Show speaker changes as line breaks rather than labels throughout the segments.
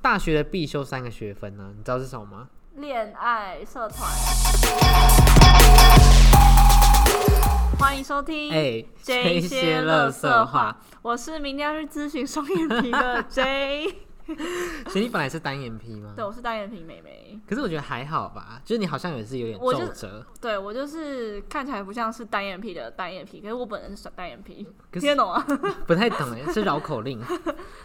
大学的必修三个学分呢、你知道是什么吗？
恋爱社团。欢迎收听
哎
这些
乐
乐
色
色
话
话，我是明天要去咨询双眼 皮的 J，
其实你本来是单眼皮吗？
对，我是单眼皮妹妹，
可是我觉得还好吧，就是你好像也是有点
我就
皱褶，
对我就是看起来不像是单眼皮的单眼皮，可是我本人是单眼皮，
可是
听得懂吗？
不太懂哎，是绕口令。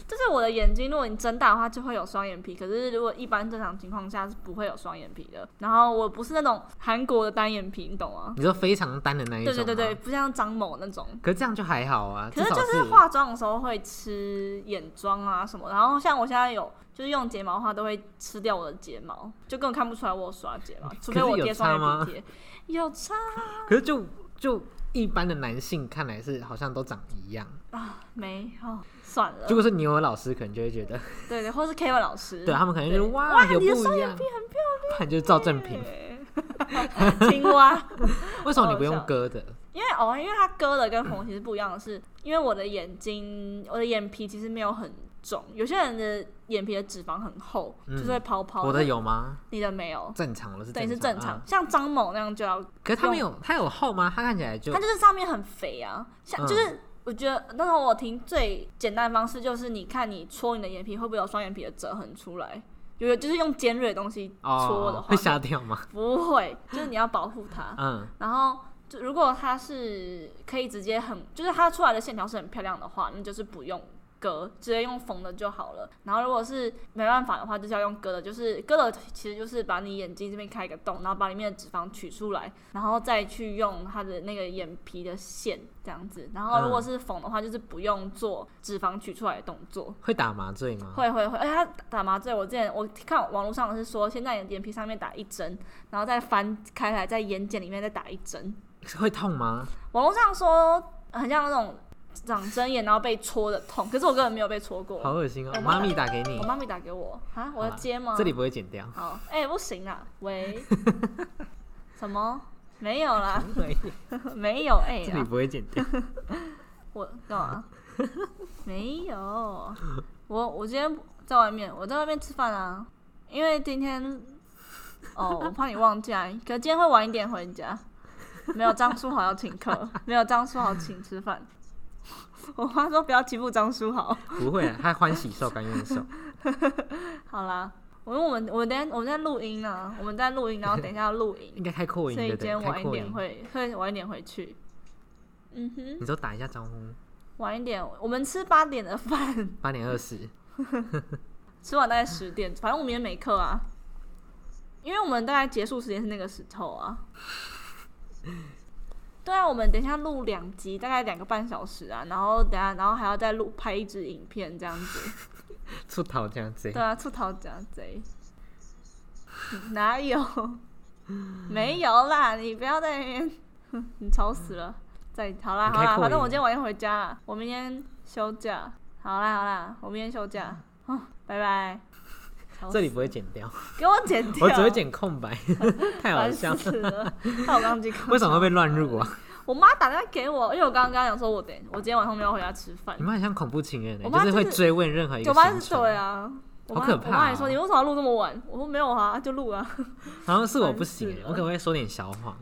就是我的眼睛，如果你睁大的话，就会有双眼皮。可是如果一般正常情况下是不会有双眼皮的。然后我不是那种韩国的单眼皮，你懂吗？
你说非常单的那一种
对
吗
对对对，。不像张某那种。
可是这样就还好啊，
可
至
是
少
就是化妆的时候会吃眼妆啊什么，然后像我现在有就是用睫毛的话，都会吃掉我的睫毛，就根本看不出来我有刷睫 毛，除非我贴双眼皮贴。有差
可是就就一般的男性看来是好像都长一样。
啊？没哦，算了
如。果是你有老师，可能就会觉得，
对对，或是 K Y 老师，
对他们可能就
嗯对
觉得哇有不
你的
一样，不然就是赵正平。
对 青蛙。
为什么你不
好
用
笑
割的？
因为哦，因为它割的跟缝其实不一样的是，因为我的眼睛，我的眼皮其实没有很重，有些人的眼皮的脂肪很厚，
嗯
就是会泡泡。
我的，有吗？
你的没有，
正常，我的是
对，你是正常。
啊
像张某那样就要，
可是他没有，他有厚吗？他看起来就
他就是上面很肥啊，像、
嗯
就是。我觉得那时候我听最简单的方式就是，你看你戳你的眼皮会不会有双眼皮的折痕出来？有就是用尖锐的东西戳的
哦
话，
会瞎掉吗？
不会，就是你要保护它。
嗯，
然后就如果它是可以直接很，就是它出来的线条是很漂亮的话，那就是不用割，直接用缝的就好了。然后如果是没办法的话，就是要用割的，就是割的其实就是把你眼睛这边开一个洞，然后把里面的脂肪取出来，然后再去用它的那个眼皮的线这样子。然后如
嗯
果是缝的话，就是不用做脂肪取出来的动作。
会打麻醉吗？
会会会，而且他打麻醉，我之前我看网络上是说，先在眼眼皮上面打一针，然后再翻开来，在眼睑里面再打一针。
会痛吗？
网络上说很像那种长针眼，然后被戳的痛，可是我根本没有被戳过。
好恶心哦！
我
我
妈
妈咪打给你
我，妈咪打给我啊，我要
好啦
接吗？
这里不会剪 掉。
好，哎、不行啊， 喂，什么？没有啦，没有哎、
这
啊
里不会剪掉。
我干嘛？ 没有，我我今天在外面，我在外面吃饭啊，因为今天哦，我怕你忘记啊，可今天会晚一点回家。没有张书豪要请客，没有张书豪请吃饭。我妈说不要欺负张书豪。
不会啊，他欢喜受，甘愿受。
好啦，我因为我们我们等一下我们在录音啊，我们在录音，然后等一下要录
应
音，
该开扩音
所以
对
今
不对？
天
开
晚一
扩
点
音。
会会晚一点回去。嗯哼，
你说打一下招呼，
晚一点，我们吃八点的饭。
八点二 十。
吃完大概十点，反正我们也没课啊，因为我们大概结束时间是那个时候啊。对啊，我们等一下录两集，大概两个半小时啊，然后等一下，然后还要再录拍一支影片这样子。
出逃这样子
对。啊，出逃家贼，哪有？没有啦，你不要在那边， 哼你吵死了。再好啦
你
好
开
啦，
扩
反正我
音
今天晚上回家啦，我明天休假。好啦好啦，我明天休假，哦，拜拜。吵
这里
死
不会剪掉，
给我剪掉，
我只会剪空 白，太好
啊烦
笑了。
死了。害我刚进，
为什么会被乱入啊？
我妈打电话给我，因为我刚刚跟她讲说，我等我今天晚上没有回家吃饭
你。们很像恐怖情人欸，
我
就
妈
是
就
会
是
追问任何一
酒
个
吧
行
是对
程。
啊，我妈
好可怕
我妈还
哦
说你为什么要录这么晚？我说没有啊，就录啊。
然后是我
烦
不
死
行欸，
了
我可能会说点小谎，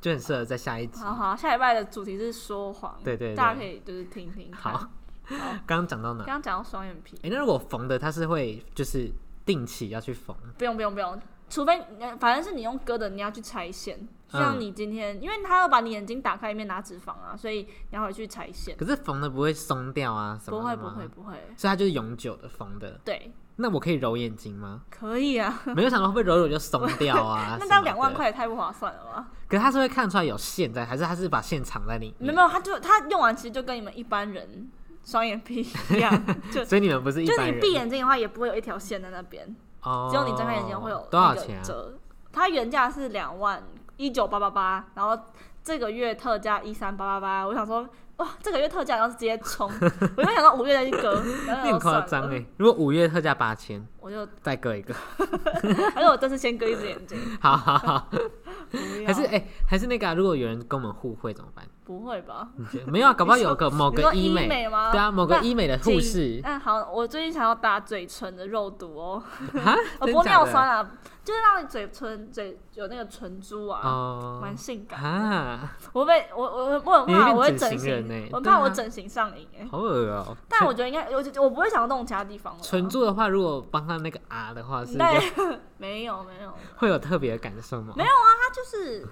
就很适合在下一集。
好好，下礼拜的主题是说谎，
对对对
大家可以就是听听看。
好，刚刚讲到哪
刚？刚讲到双眼皮，
哎，那如果缝的，它是会就是定期要去缝，
不用不用不用，除非呃反正是你用割的，你要去拆线。就像
嗯
你今天，因为他要把你眼睛打开，里面拿脂肪啊，所以你要回去拆线。
可是缝的不会松掉啊什
不
么
会
的
不
吗
会，不会，
所以它就是永久的缝的。
对，
那我可以揉眼睛吗？
可以啊。
没有想到会不会揉揉就松掉啊？
那
什
当
么
两万
的，
块也太不划算了吧？
可是它是会看出来有线在，还是它是把线藏在里
没有
面？
没有，他就他用完其实就跟你们一般人双眼皮一样，就
所以你们 不是一
就
般
你
人，
闭眼睛的话也不会有一条线在那边，
哦，
只有你睁开眼睛会有
多
那
少
个
钱啊？
折。它原价是两万一九八八八，然后这个月特价一三八八八。我想说，哇，这个月特价然后直接 冲，我就想到五月再去割，然
那
后
很
就呃算
夸
了
张哎！如果五月特价八千，
我就
再割一个，
而且我这次先割一只眼睛，
好好好，
不要
还是哎、还是那个、啊，如果有人跟我们互惠怎么办？
不会吧？
你觉得没有啊，搞不好有个某
你说
个
医
美，
美哦吗？
对啊，某个
那
医美的护士
那好，我最近想要打嘴唇的肉毒哦，
啊，
呃，
真
玻
假
尿
的
酸啊，就是让你嘴唇嘴有那个唇珠啊，
哦
蛮、性感。
啊，
我被我我我很
你有
怕
点
我会
整
整
形
形，
人欸
我很
对
怕我
啊
整形上瘾哎、
好恶哦、
但我觉得应该，我就我不会想要弄其他地方了啊。
唇柱的话，如果帮他那个啊的话，是
但
有
没有没有，
会有特别的感受吗？哦
没有啊，它就是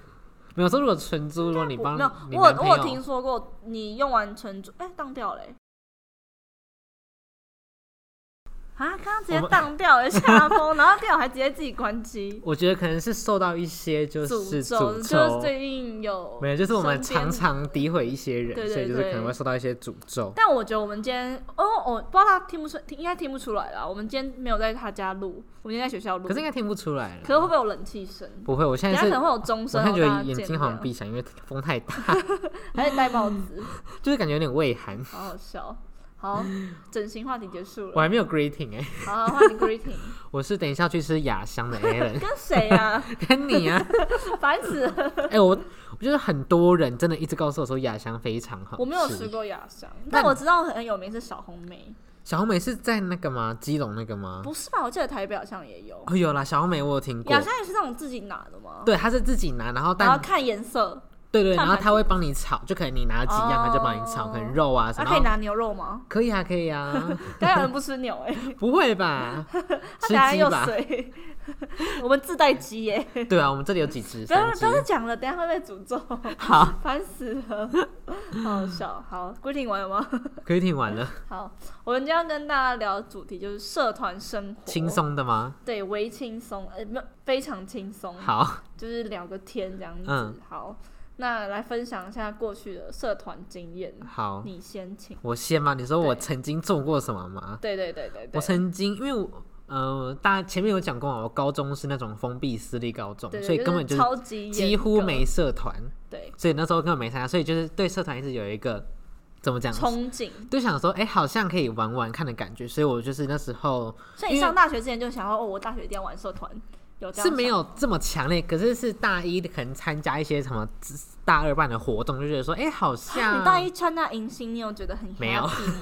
没有说如果唇珠，如果你
不
帮
没有，
你
我
男
有
朋友
我有听说过，你用完唇珠，哎、荡掉嘞、啊！刚刚直接
我们
荡掉了，下风，然后掉还直接自己关机。
我觉得可能是受到一些就
诅
是
咒
诅
就是
咒，
最近有
没有，就是我们
身
常
边
常诋毁一些人，
对对
所以就是可能
对
会受到一些诅咒。
但我觉得我们今天，哦，我不知道他听不出，听应该听不出来啦。我们今天没有在他家录，我们今天在学校录。
可是应该
可
听不出来
是会
了，
不会有冷气声？
不会，我现
等一
在
下
是
可能会有钟
我
声，
现在觉
然后大
得
家
眼睛
见啊
好像
谅
闭起来，因为风太大，
还得戴帽子，
就是感觉有点畏寒。
好好笑。好，整形话题结束
我
了。
还没有 greeting 哎、
好，换你 greeting，
我是等一下去吃雅香的 Alan，
跟谁呀、
跟你啊，
烦死了！
哎、我我觉得很多人真的一直告诉我说雅香非常好吃，
我没有吃过雅香，
那
但
你
我知道很有名是小红梅，
小红梅是在那个吗？基隆那个吗？
不是吧？我记得台北好像也有。
哦，有啦，小红梅我有听过
雅，香也是那种自己拿的吗？
对，她是自己拿，然后
然后
但
看颜色，
对对，
看
然后
盘
她会帮你炒，就可能你拿了几样，她就帮你炒，
哦
可能肉啊什
那、
么，
可
然后
以拿牛肉吗？
可以啊，可以啊，
刚有人不吃牛哎、
不会吧？
他
吃
等下
鸡
又
吧？
水，我们自带鸡耶！
对啊，我们这里有几只，
不要
三
不
只
要，再讲了，等下会被诅咒，
好，
烦死了，好好笑。好，规定完了吗？
可以听完了，
好，我们今天要跟大家聊的主题就是社团生活，
轻，松的吗？
对，微轻松，呃，没有非常轻松，
好，
就是聊个天这样子。
嗯
好，那来分享一下过去的社团经验，
好，
你先请。
我先吗？你说我
对
曾经做过什么吗？
对对对对
我
对，
曾经，因为我呃，大家前面有讲过嘛，我高中是那种封闭私立高中，
对对
所以根本
就是超级
几
严
乎
格
没社团，
对
所以那时候根本没参加，所以就是对社团一直有一个怎么讲，
憧憬，
就想说，哎、好像可以玩玩看的感觉，所以我就是那时候
所以
因
你
为
上大学之前就想说，哦，我大学一定要玩社团，有这样
是没
想
有这么强烈，可是是大一可能参加一些什么大二办的活动，就觉得说，哎、好像
你大一穿那迎新，你有觉得很
没有
happy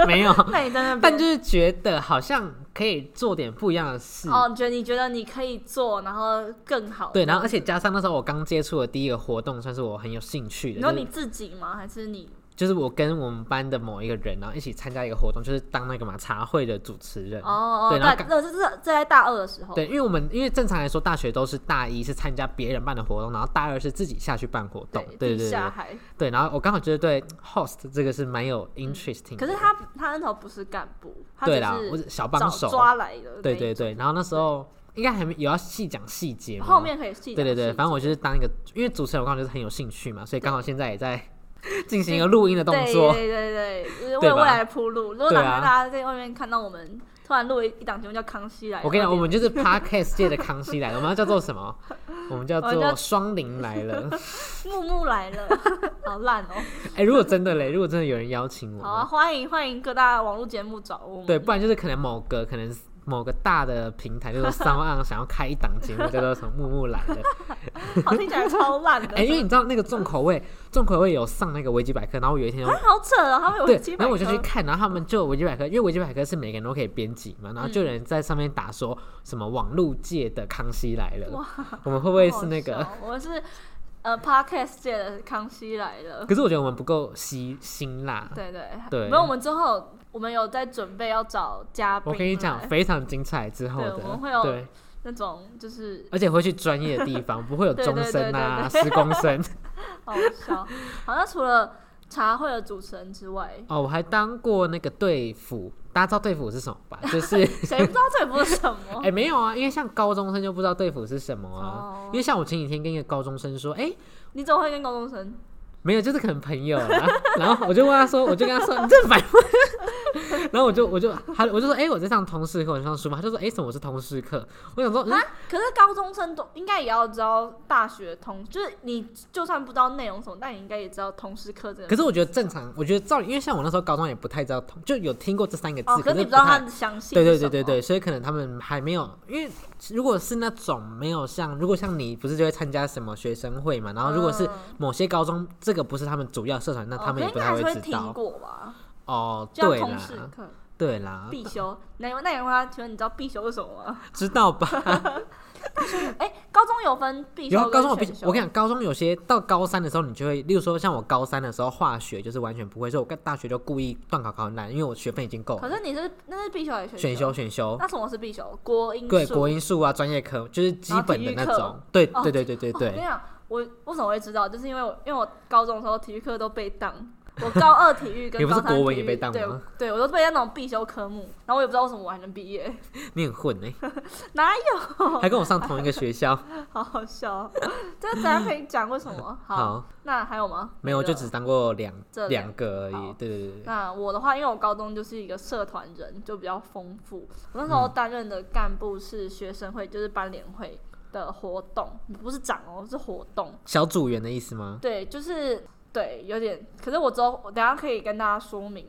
吗？
没有，
那你在那边，
但就是觉得好像可以做点不一样的事。
哦，你觉得你觉得你可以做，然后更好。
对，然后而且加上那时候我刚接触的第一个活动，算是我很有兴趣
你
的，
说
就是
你自己吗？还是你
就是我跟我们班的某一个人，然后一起参加一个活动，就是当那个嘛茶会的主持人。
哦哦，
对然后
大哦那这是这在大二的时候，
对，因为我们因为正常来说，大学都是大一是参加别人办的活动，然后大二是自己下去办活动。对对
地
对
下
对
海。
对，然后我刚好觉得对 host 这个是蛮有 interesting 的。
嗯可是他他那头不是干部，他
对
只
啦，
是
我是小
找
帮手。
抓来的。
对对，对，然后那时候应该还没有要细讲细节吗
后面可以细讲
对对对，
细
反正我就是当一个，因为主持人我刚好就是很有兴趣嘛，所以刚好现在也在 进行一个录音的动作。
对对对对，就是为
对吧
未来铺路。如果哪
对啊
天大家在外面看到我们突然录一一档节目叫《康熙来了》，
我跟你讲，我们就是 podcast 界的康熙来了，我们要叫做什么？我们叫
我们叫
做双林来了。
木木来 了，好烂哦。
哎、如果真的嘞，如果真的有人邀请我
好啊，
们，
欢迎欢迎各大网络节目找我们。
对，不然就是可能某个可能某个大的平台，就是 三岸想要开一档节目，叫做什么木木来了。
好听起来超烂的。
哎、因为你知道那个重口味，重口味有上那个维基百科，然后我有一天
啊，好扯啊！ 他们有
对
基，
然
本
后我就去看，然后他
嗯
们就维基百科，因为维基百科是每个人都可以编辑嘛，然后就有人在上面打说什么网络界的康熙来了，我们会不会是那个？？
哦我是呃，podcast 界的康熙来了。
可是我觉得我们不够辛辛辣，
对对
对
没有我们之后，我们有在准备要找嘉宾
我
来。
跟你讲，非常精彩之后
对
的
我们会有，
对，
那种就是
而且会去专业的地方，不会有
对
终
对对
身啊、
对
十公升
好笑。 好像除了茶会的主持人之外，
哦。我还当过那个队服，大家知道队服是什么吧？就是。
谁不知道这不是什么？
哎、没有啊，因为像高中生就不知道队服是什么啊。
哦
因为像我前几天跟一个高中生说，哎、
你怎么会跟高中生？
啊 没有，就是可能朋友啦。然后我就问他说，我就跟他说，你这买 然后我就我就他我就说，哎、我在上通识课，我在上书法。他就说，哎、什么是通识课？我想说，嗯
啊，可是高中生都应该也要知道大学通，就是你就算不知道内容什么，但你应该也知道通识课这个。
可是我觉得正常，我觉得照理，因为像我那时候高中也不太知道通，就有听过这三个字，
哦，可
可
是哦你不知
不
道
太
它的详细。
对对对对。对，所以可能他们还没有，因为如果是那种没有像，如果像你不是就会参加什么学生会嘛，然后如果是
嗯
某些高中这个不是他们主要社团，那
哦
他们
可
也
是
不
应该
太
还
知
是听
道。
过吧？
哦，
就
对
像通识
啦，
课
对啦，
必修。那那有人问他，请问你知道必修是什么吗？
知道吧？
哎，高中有分必
有
修
啊
跟
高中我不
选修
我跟你讲，高中有些到高三的时候，你就会，例如说像我高三的时候，化学就是完全不会，所以我大学就故意断考考很烂，因为我学分已经够
可
了。
是你是那是必修还是
选修
修？
选修，
那什么是必修？国英
对
数
国英数啊，专业科就是基
然后
本
体
的
育
那
课
种。对
哦
对对对对
哦我
对
跟你。讲，我为什么会知道，就是因为我因为我高中的时候体育课都被当，我高二体育 跟
你不
高
是
三体育
国文也被当吗
对对，我都被那种必修科目，然后我也不知道为什么我还能毕业，
你很混哎、
哪有？
还跟我上同一个学校。
好好笑哦， 这个咱可以讲为什 么？ 好，
好，
那还有吗？
没有，
别的
就只当过两
这两
两个而
好
已。对对对对，
那我的话，因为我高中就是一个社团人，就比较丰富。我那时
嗯
候担任的干部是学生会，就是班联会的活动，不是长哦，是活动。
小组员的意思吗？。
对，就是对，有点。可是我之后，我等一下可以跟大家说明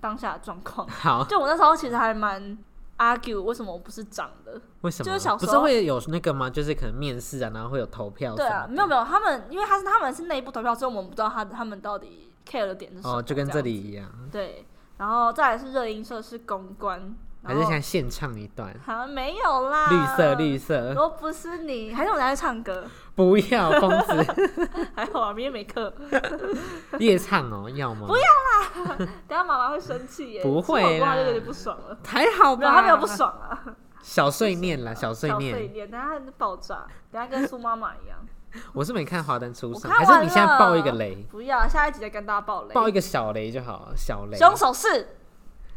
当下的状况
好，
就我那时候其实还蛮 argue 为什么我不是长的。
为什么？
就是小时
不
候
是会有那个吗？就是可能面试啊，然后会有投票。
对啊，。没有没有，他们因为他是他们是内部投票，所以我们不知道他他们到底 care 的点是什么。
哦，就跟这
样
里一样，
对，然后再来是热音社是公关，
还
然
是
后
想现唱一段。
好像没有啦，
绿色，绿色，
如果不是你，还是我拿去唱歌，
不要疯子
还好啊，明天没课，等
夜唱哦， 要吗？不要，
一下妈妈会生气耶，
不会啦
我就有点不爽了，
还好
没有，
吧？
她没有不，爽啊，
小碎念啦，小碎
小碎
念。
念，等一下她爆炸，等一下跟苏妈妈一样，
我是没看华灯初
我
上，
看
还
完
是你现在爆一个
了
雷，
不要，下一集再跟大家爆雷，
爆一个小雷就好，小雷。
凶手是，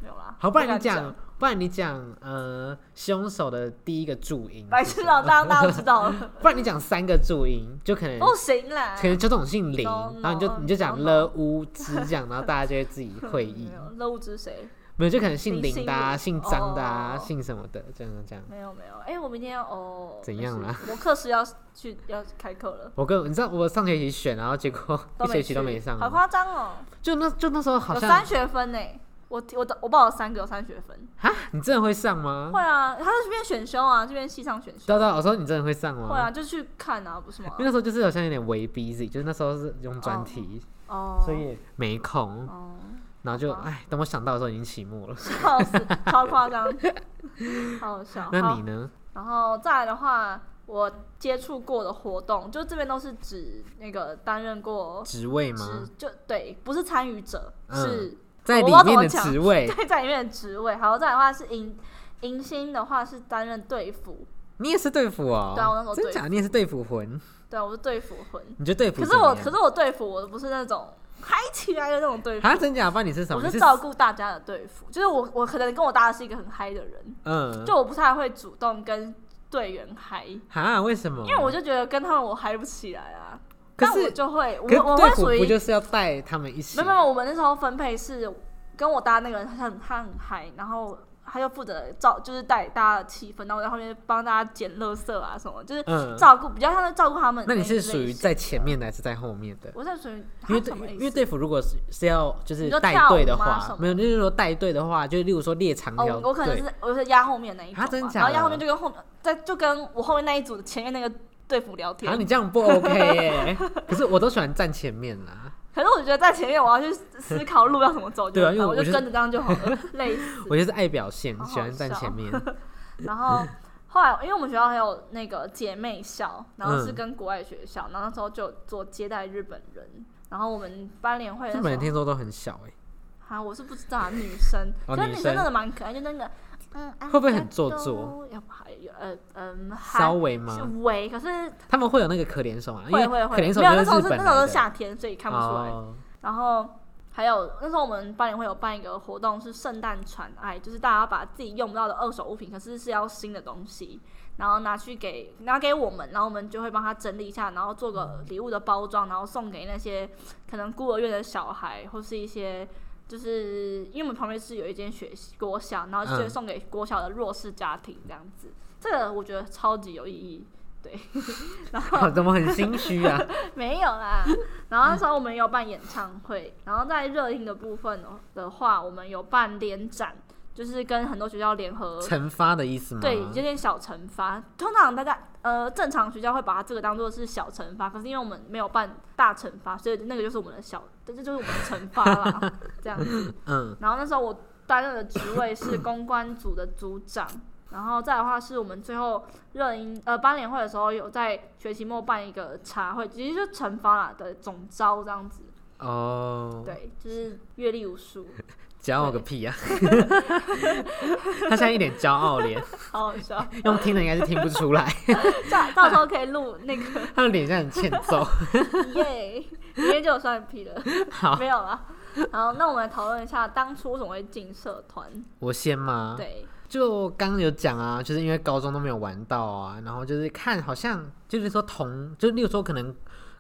没有啦，
好，不然你
敢
讲，，不然你讲，呃，凶手的第一个注音，
白痴老大大家都知道 了，
不然你讲三个注音，就可能、
不行啦，
可能就这种姓林，
No,
然后你就
no,
你就讲
no,
了乌之这样，然后大家就会自己会意
没，有，乐物之谁？
没有就可能姓
林
林的、啊、
姓
姓
林
张的、啊、
哦
姓什么的，这样这样。
没有没有，哎、我明天要哦，
怎样啊啦
没事？我课时要去要开课了，
我跟你知道，我上学期选，然后结果一学期都没
去
上
好
啊，
夸张哦！
就那就那时候好
有
像
三学分呢，我我的我报了三个有三学分，
啊，你真的会上吗？
会啊，他是这边选修啊，这边系上选修，
叨叨，我说你真的会上吗？
会啊，就去看啊，不 是吗
因为？那时候就是好像有点微 busy，就是那时候是用专题，
哦，
所以没空，
哦，
然后就
好吧
哎，等我想到的时候已经期末了。
笑 死，超夸张，好好笑。
那
好
你呢？
然后再来的话，我接触过的活动，就这边都是指那个担任过
职位
职
吗？，
就对，不是参与者，
嗯
是
在里
我不知道
面
怎么
的
讲
职位，
对，在里面的职位。好，再来的话是迎迎新的话是担任队服，
你也是队服哦？
对啊我那时候队
真假？你也是队服魂？
对啊，我是队服魂。
你觉得队服
可
怎
是
么
我，
样？
可是我队服，我不是那种嗨起来的那种队服，
啊，真假？不然你是什
我
么？你
是照顾大家的队服。就是我，我可能跟我搭的是一个很嗨的人，
嗯，
就我不太会主动跟队员嗨，因
哈？为什么？
为我就觉得跟他们我嗨不起来啊。
可
但我
是
就会，我
可是
我
队
会
服
属于
不就是要带他们一起？
没有没有，我们那时候分配是跟我搭那个人，他很他很嗨，然后他就负责照就是带大家的气氛，然后我在后面帮大家捡垃圾啊什么，就是
嗯，
照顾、比较像在照顾他们。
那你是属于在，前面的还是在后面的？
我是属于
因为
他
队
什么意思
因为队服如果是是要就
你
是
说
带
跳
队的
舞吗什
话
么，
没有，就是说带队的话，就例如说列长
哦，
条
我我可能
队，
是我是压后面那一种
啊
嘛，
真假
然后压
的
后面就跟后面在就跟我后面那一组的前面那个队服聊天。
啊，你这 样不 OK 耶？可是我都喜欢站前面啦，
可是我觉得在前面我要去思考路要怎么走就
对啊
知
因为
道
我
我就
就是
跟着这样就好了， 累死。
我就是爱表现
好，好
喜欢站
笑
前面。
然后后来，因为我们学校还有那个姐妹校，然后是
嗯
跟国外学校，然后那时候就有做接待日本人。然后我们班联会
日
的
本人
时
听说都很小哎。
候，啊，我是不知道啊女生，
哦
可是
女
女
生
生真的蛮可爱，就那个，嗯，
会不会很做作？
要不还有呃嗯，还
稍微
是
吗？
微，可是
他们会有那个可怜手啊，因
会
为
会
可
会，
怜手
没有那
就
时候
日
是
本
那时候是夏天，所以看不出来。
哦
然后还有那时候我们班联会有办一个活动是圣诞传爱，就是大家把自己用不到的二手物品，可是是要新的东西，然后拿去给拿给我们，然后我们就会帮他整理一下，然后做个礼物的包装，然后送给那些可能孤儿院的小孩或是一些。就是因为我们旁边是有一间学习国小，然后就
嗯
送给国小的弱势家庭这样子，这个我觉得超级有意义。 对，然后
哦 怎么很心虚啊？
没有啦。然后那时候我们有办演唱会， 然后在热映的部分哦的话，我们有办联展，就是跟很多学校联合，
惩罚的意思吗？
对，有点小惩罚。通常大家呃正常学校会把它这个当做是小惩罚，可是因为我们没有办大惩罚，所以那个就是我们的小，这这就是我们的惩罚啦，这样子。
嗯，
然后那时候我担任的职位是公关组的组长，然后再的话是我们最后热音呃班联会的时候有在学期末办一个茶会，其实就是惩罚啦的总招这样子。
哦，
对，就是阅历无数，
骄傲个屁啊！他现在一脸骄傲 脸，
好好笑。
用听的应该是听不出来，
到到时候可以录那个
他的脸现在很欠 揍。
耶，明天就有双眼皮了，
好，
没有了。好，那我们来讨论一下当初怎么会进社团。
我先吗？，
对，
就刚刚有讲啊，就是因为高中都没有玩到啊，然后就是看好像就是说同，就例如说可能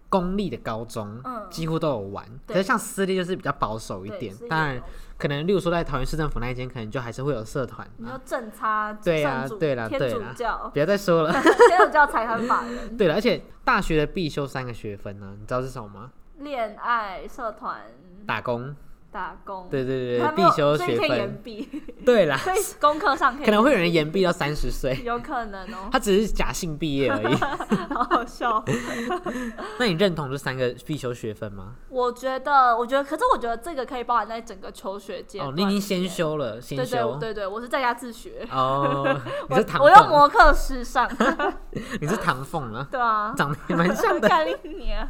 公立的高中。
嗯，
几乎都有玩，可
对
是像私立就是比较保守一
对
点
是。
当然
有，
可能例如说在桃园市政府那一间，可能就还是会有社团
你
啊
说。正差
对啊
正主
对啦
天
对
主
啦
教，
不要再说了。
天主教财团法人。
对了，而且大学的必修三个学分啊呢，你知道是什么吗？
恋爱社团
打工。
打工，
对对对
他
对，
没有，
必修
所以
学
可以
分。
延毕，
对啦，
所以功课上可以，
可能会有人延毕到三十岁，
有可能哦，
他只是假性毕业而 已。
好好笑。
那你认同这三个必修学分吗？
我觉得，我觉得，可是我觉得这个可以包含在整个求学阶
哦
段，，
你已经先。修了，先
对对
修。
对对，我是在家自学，
哦，你是唐
我用
凤，
摩课时尚，
你是唐凤啊，
对 啊，
长得也蛮像 的。
看你啊，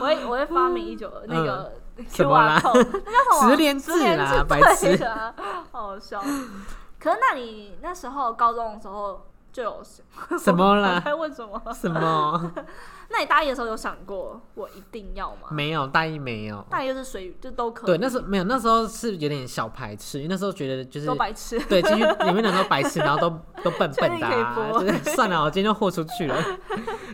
我会我会发明一种那个
嗯什么啦
QR code，那啊叫什么？
十连字啦白痴
对啊，好好笑。可是那你那时候高中的时候就有
什么
我
啦？
在问什么？
什么？
那你大一的时候有想过我一定要吗？
没有，大一没有。
大一就是随就都可以，
对，那时候没有，那时候是有点小排斥，因为那时候觉得就是
都白痴。
对，进去里面人都白痴，然后都都笨笨的、啊，
确定可以播
就是算了，我今天就豁出去了。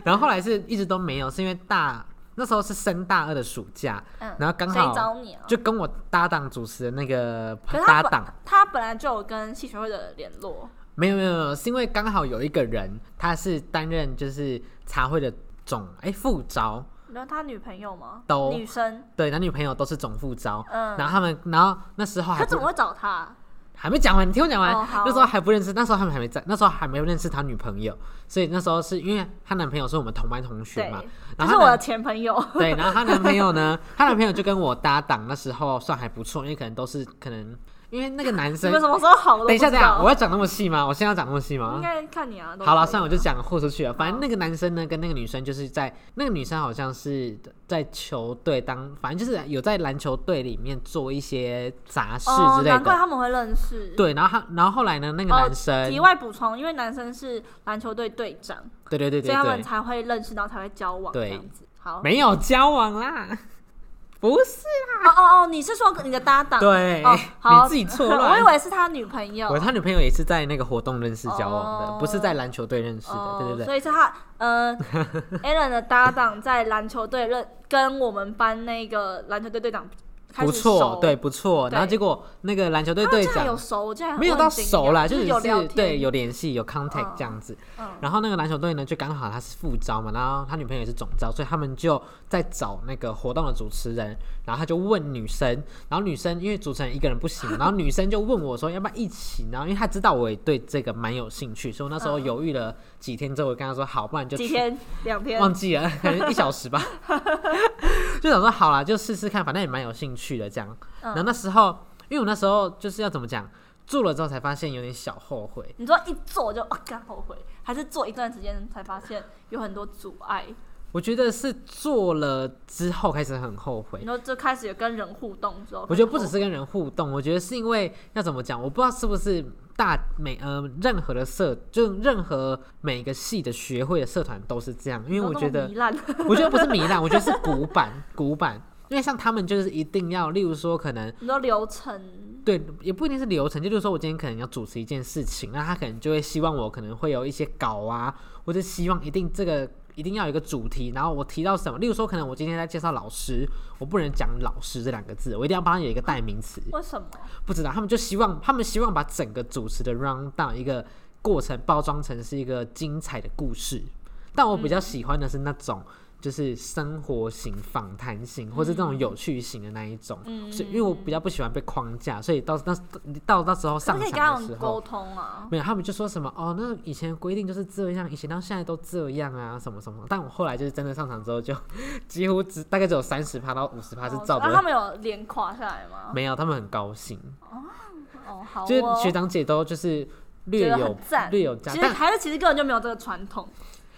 然后后来是一直都没有，是因为大那时候是升大二的暑假，
嗯，
然后刚
谁
好
找你啊？
就跟我搭档主持的那个
可是
搭
他本
档，
他本来就有跟戏学会的联络，
没有没有没有，是因为刚好有一个人他是担任就是茶会的总哎副招，
然后他女朋友吗？
都
女生，
对，男女朋友都是总副招。
嗯，
然后他们，然后那时候还
他怎
不
么会找他？
还没讲完，你听我讲完。
哦好
那时候还不认识，那时候他们还没在，那时候还没有认识她女朋友，所以那时候是因为她男朋友是我们同班同学
对
嘛，，
就
然
是
后
我
她
的
男
前 朋友。
对，然后她男朋友呢，她男朋友就跟我搭档，那时候算还不错，因为可能都是可能因为那个男
你
生
们，什么时候好了？
等一下等一下，我
我
要讲那么细吗？我现在要讲那么细
应
吗？
该看你啊。都
好了，
可以
算了，我就
啊
讲豁出去了。呃反正那个男生呢，跟那个女生就是在那个女生好像是在球队当，反正就是有在篮球队里面做一些杂事
哦
之，类
难怪
的。
他们会认识。，
对，然后他，然后后来呢，那个
哦
男生，
题外补充，因为男生是篮球队队长，
对对对
所
对
以他们
对，
才会认识，然后才会交往这
对
样子。好，
没有交往啦，不是，啊
哦哦哦，你是说你的搭档？
对
哦，好，
你自己错乱
我以为是他女朋友。
我他女朋友也是在那个活动认识交往的，
哦
不是在篮球队认识的，对对对，
所以是他 呃，Allen 的搭档在篮球队认跟我们班那个篮球队队长开
不
始
错
熟，
对，不错。
对
然后结果那个篮球队
他们
队
竟然有
长
熟，我竟然
没有到熟啦，
就
就只
有聊
是
天，
对有联系有 contact
嗯
这样子。
嗯
然后那个篮球队呢，就刚好他是副招嘛，然后他女朋友也是总招，所以他们就在找那个活动的主持人，然后他就问女生，然后女生因为主持人一个人不 行，然后女生就问我说要不要一起，然后因为她知道我也对这个蛮有兴趣，所以我那时候
嗯
犹豫了几天之后，我跟她说好，不然就
几
去
天两天，
忘记了，可能一小时吧， 就想说好啦，就试试看，反正也蛮有兴趣的这样。然后
嗯，
那时候，因为我那时候就是要怎么讲，做了之后才发现有点小后悔，
你说一做就哦，干后悔，还是做一段时间才发现有很多阻碍，
我觉得是做了之后开始很后悔
你。说就开始有跟人互动之后，
我觉得不只是跟人互动，我觉得是因为要怎么讲，我不知道是不是大每呃任何的社，就任何每个系的学会的社团都是这样，因为
哦
我觉得
糜烂，
我觉得不是糜烂，我觉得是古板古板，因为像他们就是一定要，例如说可能。
你说流程，
对，也不一定是流程，就例如说我今天可能要主持一件事情，那他可能就会希望我可能会有一些稿啊，或者希望一定这个一定要有一个主题，然后我提到什么，例如说可能我今天在介绍老师，我不能讲老师这两个字，我一定要帮他有一个代名词。
为什么？
不知道，他们就希望他们希望把整个主持的 round down 一个过程包装成是一个精彩的故事。但我比较喜欢的是那种。就是生活型、访谈型，或是这种有趣型的那一种，
嗯
所以因为我比较不喜欢被框架，所以到那到到时候
可
上
不可以跟他
场的时
们
候
沟，通啊？
没有，他们就说什么哦，那以前规定就是这样，以前到现在都这样啊，什么什么。但我后来就是真的上场之后就，几乎只大概只有三十趴到五十趴是
哦
照着、
啊他们有脸垮下来吗？
没有，他们很高兴，
哦，好哦，
就是学长姐都就是略
觉得
有
很赞，
略有加，
其实
但
还是其实根本就没有这个传统。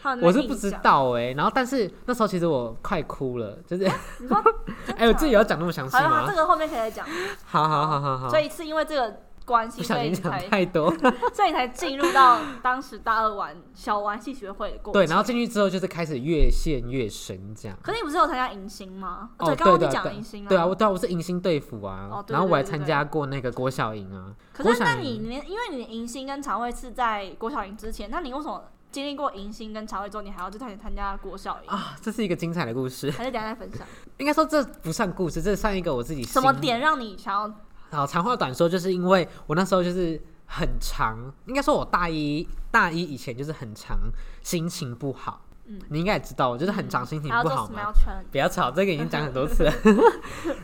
他们那
我
边
是不知道哎、然后但是那时候其实我快哭了，就是，
你说
哎、我自己有讲那么详
印
细
象，好像
吗
这？个后面可以再讲。
好好好好好，
所以是因为这个关系，
不
所
小心
以你
讲
才
太多。
所以你才进入到当时大二玩小玩戏学会的过程。
对，然后进去之后就是开始越陷越深这样。
可是你不是有参加迎新吗？
哦，
对，
对
刚刚
对
你讲迎
对
新，
对啊，我对啊，我是迎新队服啊
哦，对
然后我还
对对对
参加过那个郭晓莹啊。
可
郭
是
晓
那
莹
你连因为你的迎新跟常会是在国小营之前，那你为什么经历过迎新跟常会之后，你还要去参参加国小营？
啊，这是一个精彩的故事，
还是等一下再分享？
应该说这不算故事，这算一个我自己
什么
心
点让你想要？
好，长话短说，就是因为我那时候就是很长，应该说我大一大一以前就是很长，心情不好。
嗯
你应该也知道，我就是很长心情
还要
不
做
好嘛。
smell challenge？，
不要吵，这个已经讲很多次了。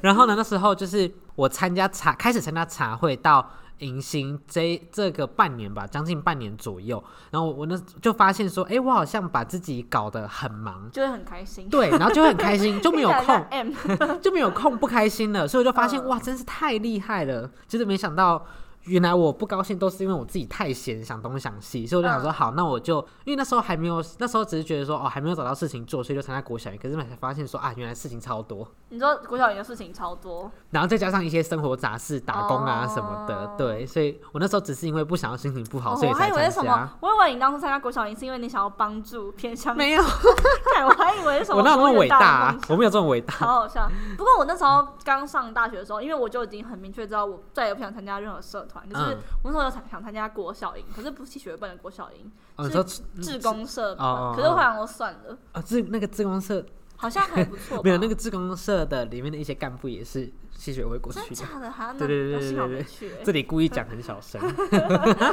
然后呢，那时候就是我参加茶，开始参加茶会到迎新这这个半年吧，将近半年左右。然后我我那就发现说，哎、我好像把自己搞得很忙
就会很开心，
对，然后就会很开心，就没有
听起来
空
像，M，
就没有空不开心了，所以我就发现、
嗯
哇，真是太厉害了，就是没想到。原来我不高兴都是因为我自己太闲，想东想西，所以我就想说，
嗯
好，那我就因为那时候还没有，那时候只是觉得说，哦，还没有找到事情做，所以就参加国小营。可是后来才发现说，啊，原来事情超多，
你说国小营的事情超多，
然后再加上一些生活杂事、打工啊什么的，
哦
对，所以我那时候只是因为不想要心情不好，
哦
所以
我还
才
以为
参
是什
加。
么？我以为你当初参加国小营是因为你想要帮助 偏向，
没有，
看我还以为是什么
我哪有那么伟
多元
大
大的
啊
梦？想
我没有这么伟大。
好好笑。不过我那时候刚上大学的时候，因为我就已经很明确知道我再也不想参加任何社团，就是
嗯
我那时候有想想参加国小营，可是不是学本的国小营，
哦，你
是
说
志工社
哦哦
团。可是后来我算了，
啊，志那个志工社
好像还不错吧。
没有那个志工社的里面的一些干部也是吸血鬼过
真
去
的
的，
假的？还要那
对对对对对
幸好没去欸，
这里故意讲很小声，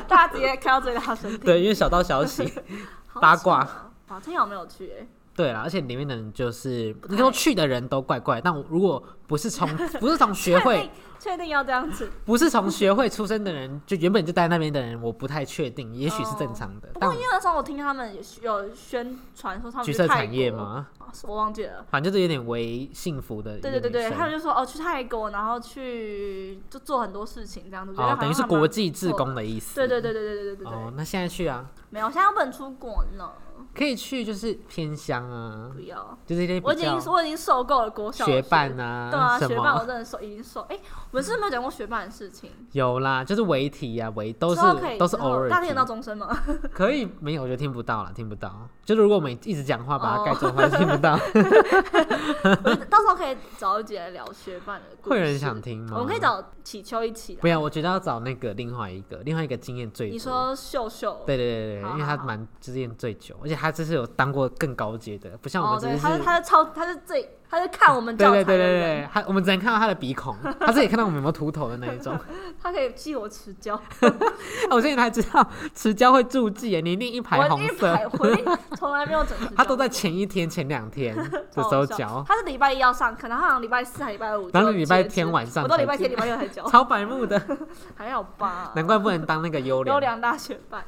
大家直接开到最大 声听。
对，因为小道消息。
好
八卦
扯啊。好，幸好没有去欸
对啦，而且里面的人就是，
太
你说去的人都怪怪，但我如果不是从 不是从学
确
会
定确定要这样子。
不是从学会出身的人，就原本就待在那边的人，我不太确定，也许是正常的。
哦不
但
过
我
因为那时候我听他们有有宣传说他们
橘
去
色
泰
产业
国？
吗？
啊我忘记了。
反正就是有点为幸福的一个
对对对对，
女生
他们就说哦，去泰国，然后去就做很多事情这样子，觉得
哦，
好
等于
像
是
还蛮
国际志工的意思。
对对对对对对对对对，
哦，那现在去啊，
没有，现在又不能出国呢，
可以去就是偏乡啊
不，要。
就是一些
我
比
已经
较
我已经受够了国小的
学
事
伴
对啊，
啊什
学伴我
么
真的受已经受。哎，我们是不是没有讲过学伴的事情？
有啦，就是围题啊，围都
之后可以
是都是
之后
偶尔
大家听
题
得到钟声吗？
可以没有我就听不到了，听不到。就是如果我们一直讲话把它
哦
盖住的话，就听不 到。
我觉得到时候可以找一节来聊学伴的故事。
会有人想听吗
我们可以找启秋一起来。啊
不要，我觉得要找那个另外一个，另外一个经验最多。
你说秀秀，
对对对对，
好
因为他
好好
蛮经验最久，而且他这是有当过更高阶的，不像我
哦，
们只
对，
是
他是他是超他是最他是看我们
对
教材
对
的
对对
人，
对，他我们只能看到他的鼻孔，他自己看到我们有没有秃头的那一 种。
他可以记我持教。
我最近才知道迟交会注记耶，你一定一排
我
红
一
色，
排 回，从来没有准时交过。
他都在前一天、前两天的
超
时
好
候
笑
交，
他是礼拜一要上课，然后好像礼拜四还礼拜五就截止，
然后礼拜天晚上
我到
才
礼拜天、
交
礼拜六才交，
超白目的，
还好吧？
难怪不能当那个优
优
良。
良大学 办。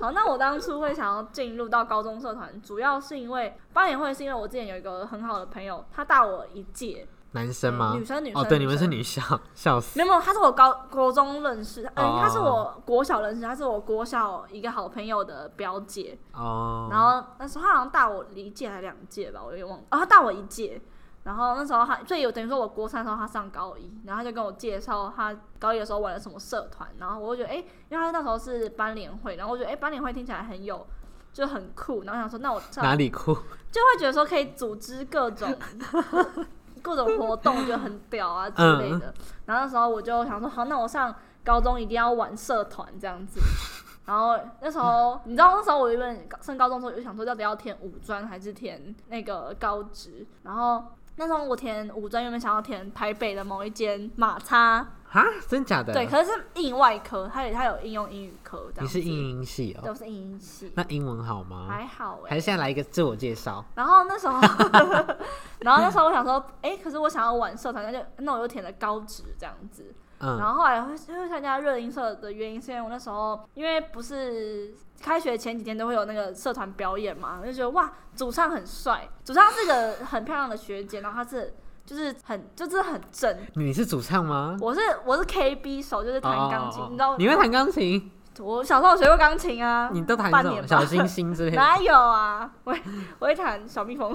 好，那我当初会想要进入到高中社团，主要是因为八年会，是因为我之前有一个很好的朋友，他大我一届，嗯
男生吗？
女生女生
哦，对，你们是
生
女校， 笑死。
没有，没有，他是我高国中认识，嗯、
哦
他是我国小认识，他是我国小一个好朋友的表姐，
哦，
然后那时候他好像大我一届还两届吧，我有点忘了，哦，他大我一届。然后那时候他，所以有等于说我国三的时候他上高一，然后他就跟我介绍他高一的时候玩了什么社团，然后我就觉得哎，因为他那时候是班联会，然后我觉得哎班联会听起来很有，就很酷，然后想说那我上
哪里酷？
就会觉得说可以组织各种 各种活动，觉得很屌啊之
嗯
类的。然后那时候我就想说，好，那我上高中一定要玩社团这样子。然后那时候你知道那时候我原本上高中的时候就想说到底要填五专还是填那个高职，然后那时候我填五专原本想要填台北的某一间马叉，
哈，真假的？
对，可是是应外科，它有它有应用英语科这
你
样子。
是英音系哦、
对，我是英英系，
那英文好吗？
还好哎、
还是现在来一个自我介绍？
然后那时候， 然后那时候我想说，哎、可是我想要玩社团，那就那我就填了高职这样子。然
嗯，
后后来会会参加热音社的原因，是因为我那时候因为不是开学前几天都会有那个社团表演嘛，我就觉得哇，主唱很帅，主唱是个很漂亮的学姐，然后她是就是很就是很正。
你是主唱吗？
我是我是 KB 手，就是弹钢琴，
哦哦哦
你知道？
你会弹钢 琴？
我小时候有学过钢琴啊，
你都弹
半
什么？
年
小
吧
星星之类的？
哪有啊？我会我会弹小蜜蜂，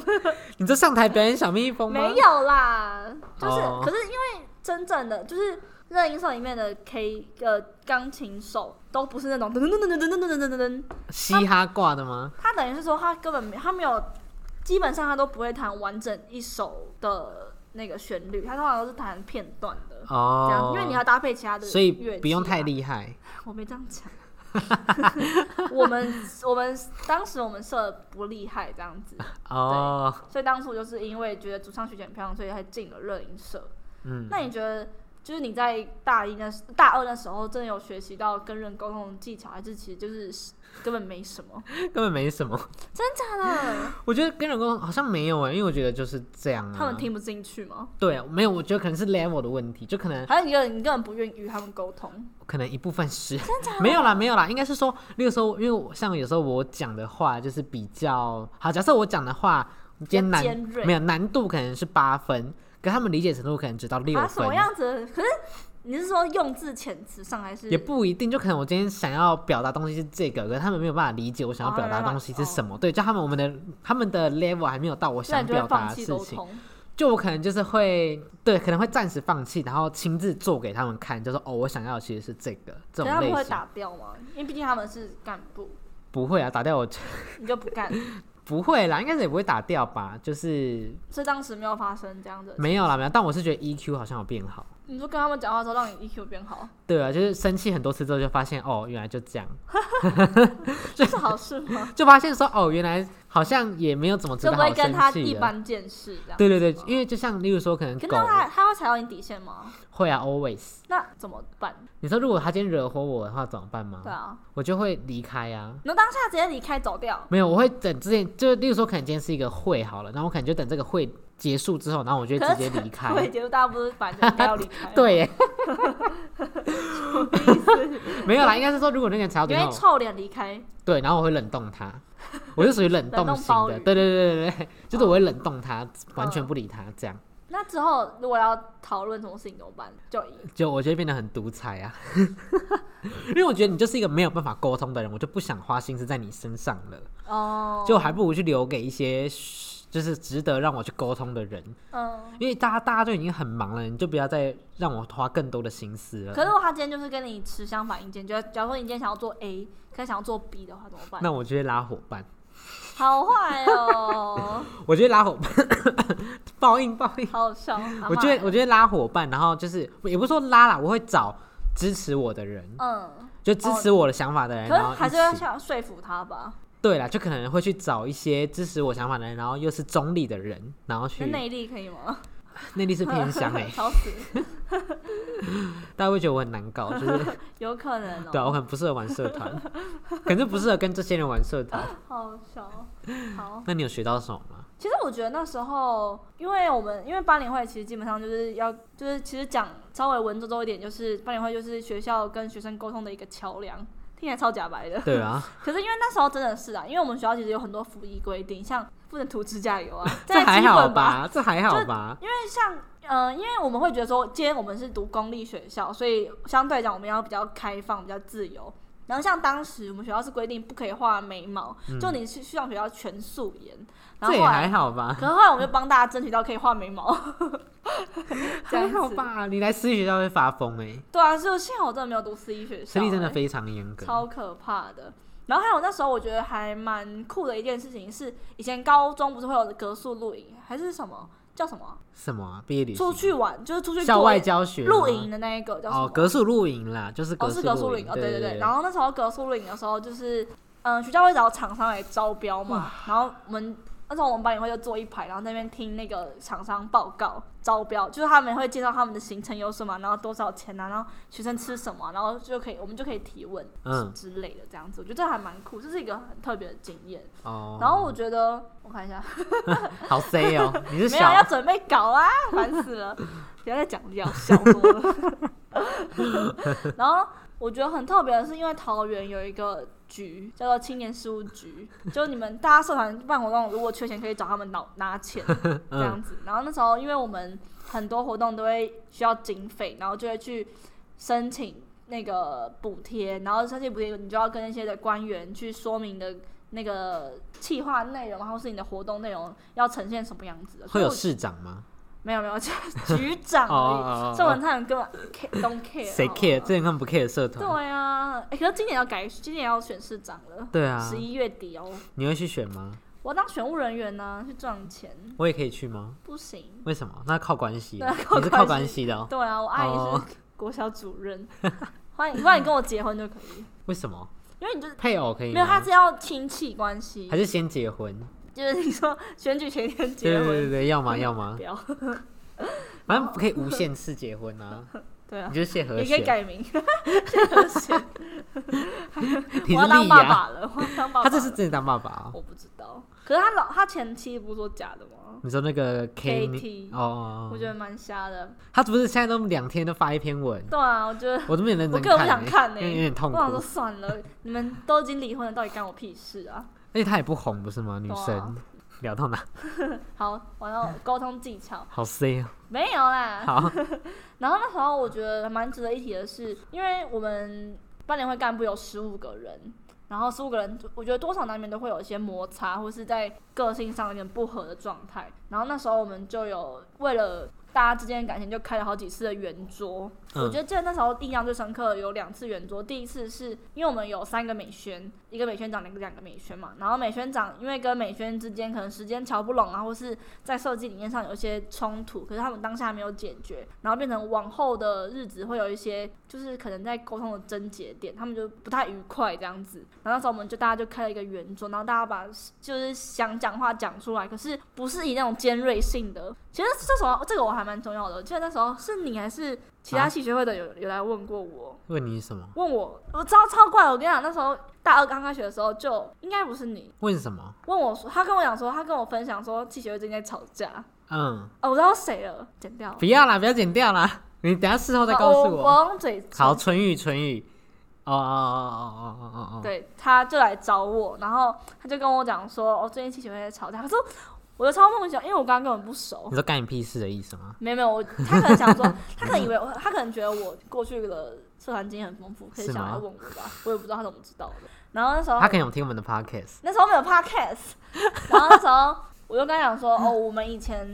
你就上台表演小蜜蜂吗？
没有啦，就是、
哦
可是因为真正的就是热音社里面的 K 呃钢琴手都不是那种噔噔噔噔噔噔噔噔噔噔，
嘻哈挂的 吗？
他等于是说他根本没他没有，基本上他都不会弹完整一首的那个旋律，他通常都是弹片段的。这样，
哦，
因为你要搭配其他的、乐
所以
器
不用太
啊
厉害。
我没这样讲。我们我们当时我们社不厉害这样子，
哦，
所以当初就是因为觉得主唱学姐很漂亮，所以才进了热音社。
嗯，
那你觉得，就是你在大一那时大二的时候，真的有学习到跟人沟通的技巧，还是其实就是根本没什么？
根本没什么。
真假的？
我觉得跟人沟通好像没有哎、因为我觉得就是这样啊。
他们听不进去吗？
对，没有，我觉得可能是 level 的问题，就可能
还是你个你根本不愿意与他们沟通？
可能一部分是 没有啦，没有啦，应该是说那个时候，因为我像有时候我讲的话就是比较好，假设我讲的话今天难
比较尖锐
没有难度可能是八分，可他们理解程度可能只到六
啊，什
分。
么样子？可是你是说用字遣词上，还是
也不一定，就可能我今天想要表达东西是这个，可是他们没有办法理解我想要表达的东西是什么。
哦
对，就他们我们的他们的 level 还没有到我
那
想
你就会
表达
放
的
弃
事
沟
情，
通？
就我可能就是会对，可能会暂时放弃，然后亲自做给他们看，就说哦，我想要的其实是这个这种
可是他们
类
会
型。
打掉吗？因为毕竟他们是干部，
不会啊，打掉我
你就不干，
不会啦，应该是也不会打掉吧，就是
所以当时没有发生这样的。
没有啦，没有。但我是觉得 EQ 好像有变好。
你说跟他们讲话之后，让你 EQ 变好，
对啊，就是生气很多次之后，就发现哦，原来就这样，
这是好事吗？
就发现说哦，原来好像也没有怎么值
就
得
不
好
会
生
跟他
气
一
的
般见识这样。
对对对，因为就啊像例如说，可能
可是
狗
那他他会踩到你底线吗？
会啊，always。
那怎么办？
你说如果它今天惹火我的话怎么办吗？
对啊，
我就会离开啊。
能当下直接离开走掉，
没有，我会等之前，就例如说，可能今天是一个会好了，然后我可能就等这个会结束之后，然后我就会
可
直
是
接离开。，
会结束，大家不是反正不要离开
对啊耶，没有啦，应该是说如果那个人踩到
你
点
会臭脸离开，
对，然后我会冷冻它，我是属于冷
冷
冻
冻哦
型
鲍
的，
鱼
对对对对对，就是我会冷冻它，完
嗯
全不理它，这样
那之后如果要讨论什么事情怎么办？就
就我就会变得很独裁啊， 因为我觉得你就是一个没有办法沟通的人，我就不想花心思在你身上了，
哦，
就还不如去留给一些就是值得让我去沟通的人，
嗯。
因为大家大家都已经很忙了，你就不要再让我花更多的心思
可
了。
是如果他今天就是跟你持相反意见，就假如说你今天想要做 A，可是想要做 B 的话怎么办？
那我就会拉伙伴，
好坏哦，
我就会拉伙伴， 报应报应。
好好笑。阿
我
嬷
就会我就会拉伙伴，然后就是也不是说拉啦，我会找支持我的人，
嗯，
就支持我的想法的人，
哦可是
哎然后
还是
一
要
起
想说服他吧，
对啦，就可能会去找一些支持我想法的人，然后又是中立的人，然后
那
去
内力可以吗？
内 力是偏乡 哎、
吵死，
大家会觉得我很难搞，就是
有可能哦、
对啊，我很不适合玩社 团，可是不适合跟这些人玩社团。
好笑哦，好。
那你有学到什么吗？
其实我觉得那时候，因为我们因为班联会其实基本上就是要，就是其实讲稍微文绉绉一点，就是班联会就是学校跟学生沟通的一个桥梁，听起来超假白的。
对啊，
可是因为那时候真的是啊，因为我们学校其实有很多服役规定，像不能涂指甲油啊，
这
基
还
本
好
吧？
吧，这还好吧。
因为像呃，因为我们会觉得说，今天我们是读公立学校，所以相对来讲我们要比较开放、比较自由。然后像当时我们学校是规定不可以画眉毛，就你是去上学校全素颜。然
嗯这
后
也
后来
还，好吧，
可是后来我们就帮大家争取到可以画 眉毛，
还
这 样
好
子。
吧。你来私立学校会发疯哎、欸，
对啊，就幸好我真的没有读私立学校、
私立真的
欸
非常严格。
超可怕的。然后还有那时候我觉得还蛮酷的一件事情是，以前高中不是会有格数录影还是什么叫什么啊、
什么啊毕业旅行
出去玩就是出去
校
过
外
夜
教学吗
露营的那一个叫什么？
哦，格数露营啦，就是
哦，是格
数
苏
露
岭
营，
哦，
对
对
对。
然后那时候格苏岭的时候，就是嗯，学校会找厂商来招标嘛，然后我们那时候我们班也会就坐一排，然后那边听那个厂商报告招标，就是他们会介绍他们的行程有什么，然后多少钱啊，然后学生吃什么，然后就可以我们就可以提问
嗯
之类的这样子，我觉得这还蛮酷，这是一个很特别的经验。
哦，
然后我觉得我看一下，
好 C 哦， 你是
没有要
小
准备搞 啊，烦死了！不要再讲要笑多了。然后我觉得很特别的是，因为桃园有一个局叫做青年事务局，就是你们大家社团办活动，如果缺钱可以找他们拿拿钱这
嗯
样子。然后那时候因为我们很多活动都会需要经费，然后就会去申请那个补贴，然后申请补贴你就要跟那些的官员去说明的。那个企划内容，然后是你的活动内容要呈现什么样子的？所
会
以
有
我
市长吗？
没有没 有，就是局长
哦
而已。
哦哦
郑文
哦，
灿根本 care- don't care，
谁
好不好
care？之前看不 care 社团？
哦对啊，哎、可是今年要改，今年要选市长了，
对啊
十，一月底哦。
你会去选吗？
我当选务人员呢、去赚钱
我也可以去吗？
不行。
为什么？那靠关系
对啊
哦，
靠
你是靠
关
关
系
系的哦。
对啊，我阿姨
哦
是国小主任，欢迎欢迎跟我结婚就可以，
为什么？
因为你就是
配偶可以
没有，他
吗
是？要亲戚关系
还，是先结婚？
就是你说选举前一天
对
结
对对
婚，
对，要 吗？要吗
不？要，
反正不可以无限次结婚 啊！
对啊
你，就是谢和
也可以
弦，
改名， 谢和弦，我
你是
要当
丽
爸
呀？
爸了，我要当爸
他
爸了，
这是真的当爸爸啊？
我不知道。可是他老他前妻不是说假的吗？
你说那个 K
KT
哦哦，
我
哦
觉得蛮瞎的。
他不是现在都两天都发一篇文，
对啊，我觉得
我都没有认
我
真
根本
看欸，
不想看呢、
因为有点痛苦
我。想说算了，你们都已经离婚了，到底干我屁事啊？
而且她也不红，不是吗？女
对啊
生聊到哪？
好，我要沟通技巧
好 C 哦。
没有啦。
好，
然后那时候我觉得蛮值得一提的是，因为我们班联会干部有十五个人。然后十五个人，我觉得多少难免都会有一些摩擦，或是在个性上有点不合的状态。然后那时候我们就有为了大家之间的感情，就开了好几次的圆桌， 我觉
嗯，
得记得那时候印象最深刻的有两次圆桌，第一次是因为我们有三个美宣，一个美宣长，两个两个美宣嘛。然后美宣长因为跟美宣之间可能时间瞧不拢啊，或是在设计理念上有一些冲突，可是他们当下没有解决，然后变成往后的日子会有一些就是可能在沟通的症结点，他们就不太愉快这样子。然后那时候我们就大家就开了一个圆桌，然后大家把就是想讲话讲出来，可是不是以那种尖锐性的。其实这时候这个我还蛮重要的，记得那时候是你还是其他
啊
系学会的有有来问过我，
问你什么？
问我我超超怪，我跟你讲那时候大二刚开学的时候就应该不是你
问什么？
问我说，他跟我讲说他跟我分享说系学会最近在吵架。
嗯，
哦，我知道谁了，剪掉。
不要啦，不要剪掉啦，你等下事后再告
哦
诉
我
我。
用嘴唇
好，唇语，唇语。哦哦哦哦哦哦哦。
对，他就来找我，然后他就跟我讲说，哦，最近气球会在吵架。可是我就超梦想，因为我刚刚根本不熟
你，说干你屁事的意思吗？
没有没有，我他可能想说，他可能以为我，他可能觉得我过去的社团经验很丰富，可以
是
想
吗
来问我吧，我也不知道他怎么知道的。然后那时候
他可能有听我们的 podcast。
那时候没有 podcast，然后那时候我就跟他讲说，哦，我们以前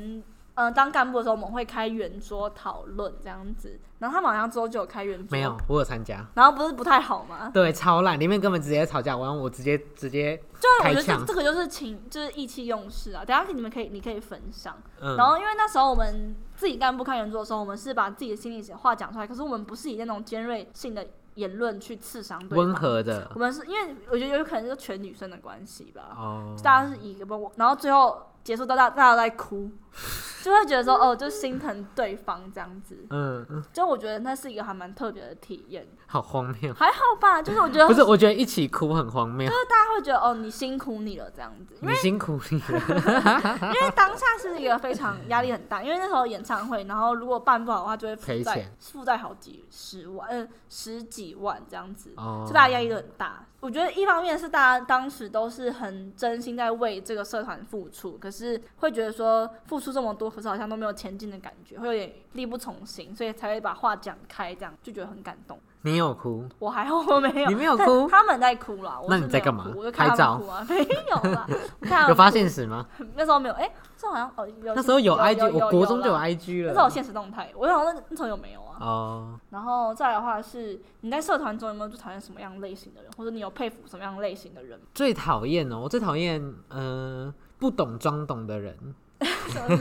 嗯、呃当干部的时候，我们会开圆桌讨论这样子，然后他们好像之后就有开圆桌，
没有，，我有参加。
然后不是不太好吗？
对，超烂，里面根本直接吵架，完我直接直接，
就是我
开
觉得这
枪
这个就是情，就是意气用事啊。等一下你们可以，你可以分享。
嗯，
然后因为那时候我们自己干部看原著的时候，我们是把自己的心里话讲出来，可是我们不是以那种尖锐性的言论去刺伤对
温
方。
和的
我们是因为我觉得有可能是全女生的关系吧，
哦，
大家是以一个不，然后最后结束到大大家都在哭， 就会觉得说哦，就心疼对方这样子。
嗯，嗯
就我觉得那是一个还蛮特别的体验，
好荒谬。
还好吧。就是我觉得
不是，我觉得一起哭很荒谬，
大家会觉得哦，你辛苦你了这样子，因为
你辛苦你了。
因为当下是一个非常压力很大，因为那时候演唱会，然后如果办不好的话，就会负
赔
债
钱
负债好几十万，嗯、十几万这样子，
哦，
就大家压力都很大。我觉得一方面是大家当时都是很真心在为这个社团付出，可是会觉得说付出这么多，可是好像都没有前进的感觉，会有点力不从心，所以才会把话讲开，这样就觉得很感动。
你有哭？
我还好，我没 有，
你没有
但
哭
他们在哭啦。我
那
是
你在
没有
干嘛
哭我就看
拍
他
照
们哭啊，没有啦，我看他
有
们
发现时吗？
那时候没有，哎、这好像哦，有
那时候有 IG，
有
我国中就有
啦
IG
那时候有
了。
现实动态，我想那那时候有没有啊？
哦，
然后再来的话是，你在社团中有没有最讨厌什么样类型的人，或者你有佩服什么样类型的人？
最讨厌哦，我最讨厌嗯、呃不懂装懂的人。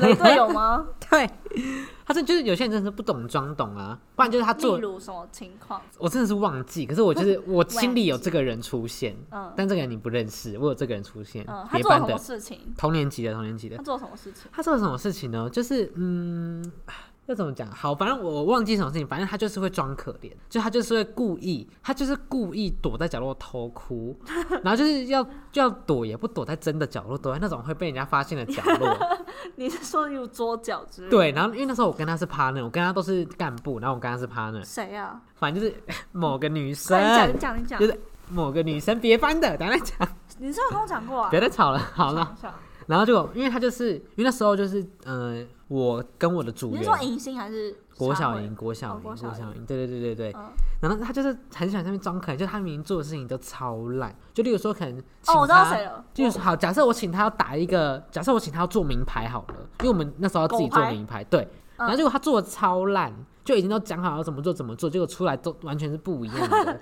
雷队友吗？
对，他这就是有些人真的是不懂装懂啊， 不然就是他做
例，如什么情况？
我真的是忘记。可是我就是我心里有这个人出现，
嗯
但这个人你不认识，我有这个人出现
嗯，，他
别
做了
班
什么
的
事情？
同年级的同年级的
他，做了什么 事情？
他做了什么事情呢？就是嗯，要怎么讲？好，反正我忘记什么事情，反正他就是会装可怜，就他就是会故意，他就是故意躲在角落偷哭， 然后就是要要躲也不躲在真的角落，躲在那种会被人家发现的角落。
你是说有桌角之类？，
对，然后因为那时候我跟他是 partner，我跟他都是干部，然后我跟他是 partner，
谁啊？
反正就是某个女生
快，点讲，你讲，
就
你
是
讲。
某个女生别班的，等一下再讲，
你是不是跟我讲过啊？
别再吵了，好了。
想一下，
然后就因为他就是因为那时候就是呃，我跟我的组
你
员
是说迎新还是
国
沙
小
会哦
营，国小营，
国
国
小
小营，对对对对对。
嗯
然后他就是很喜欢在那边装可怜，就他明明做的事情都超烂，就例如说可能请
哦，我知道
他
谁了，
就是好，假设我请他要打一个，假设我请他要做名牌好了，因为我们那时候要自己
狗
做
牌嗯
名牌，对。然后结果他做的超烂，就已经都讲好要怎么做怎么做，结果出来都完全是不一样 的。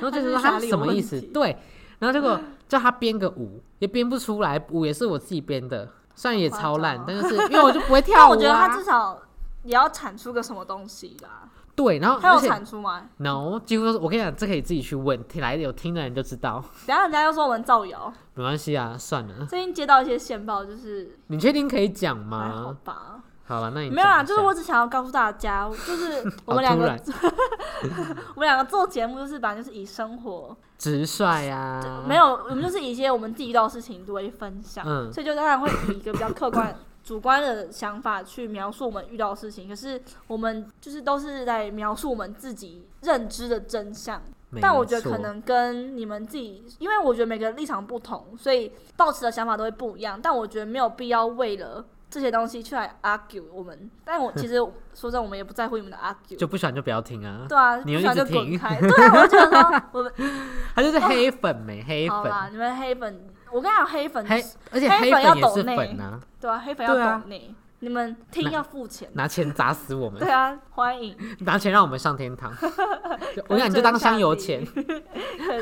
然后就
他是
说
哪
他
里有
什么意思？
问题
对。然后结 果叫他编个舞，也编不出来，舞也是我自己编的，虽然也
夸
超烂
张，
但就是因为我就不会
但
跳舞、啊。
我觉得他至少也要产出个什么东西啦。
对，然后
他有
哦而且
产出吗？
no，几乎都是我跟你讲，这可以自己去问，听来有听的人就知道，
等一下人家又说我们造谣。
没关系啊，算了。
最近接到一些线报，就是
你确定可以讲
还哎好
吗？
吧？
好了，那你
没有啦，啊
讲一哦
就是
下
我只想要告诉大家，就是我们两个
好，
我们两个做节目就是本来就是以生活，
直率啊，
没有，我们就是以一些我们自己遇到的事情作为分享，
嗯
所以就当然会以一个比较客观、主观的想法去描述我们遇到的事情。可是我们就是都是在描述我们自己认知的真相，
没
但我觉得
错
可能跟你们自己，因为我觉得每个人立场不同，所以抱持的想法都会不一样。但我觉得没有必要为了这些东西去来 argue 我们。但我其实说真的，我们也不在乎你们的 argue。
就不喜欢就不要听啊，
对啊，不
你又一
喜欢
直
就滚
停
开。对啊，我就觉得说我们
他就是黑粉没 黑
好
粉，
啦，你们黑粉，我跟你讲黑粉，
黑而且
黑
粉
粉要
也
抖
是
内
粉啊，
对啊，黑粉要
对啊
懂你，你们听
那
要付钱。
拿钱砸死我
对
们，
啊，欢迎，
拿钱让我们上天 堂。就我跟你讲，你
真
就当
下
香油
地
钱，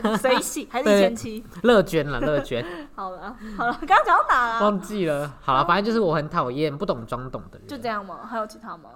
很随喜，还是
对
一千七？
乐捐了，乐捐，
好了， 好了，刚刚讲到哪了？
忘记了。好了，反正就是我很讨厌不懂装懂的
就
人，
这样吗？还有其他吗？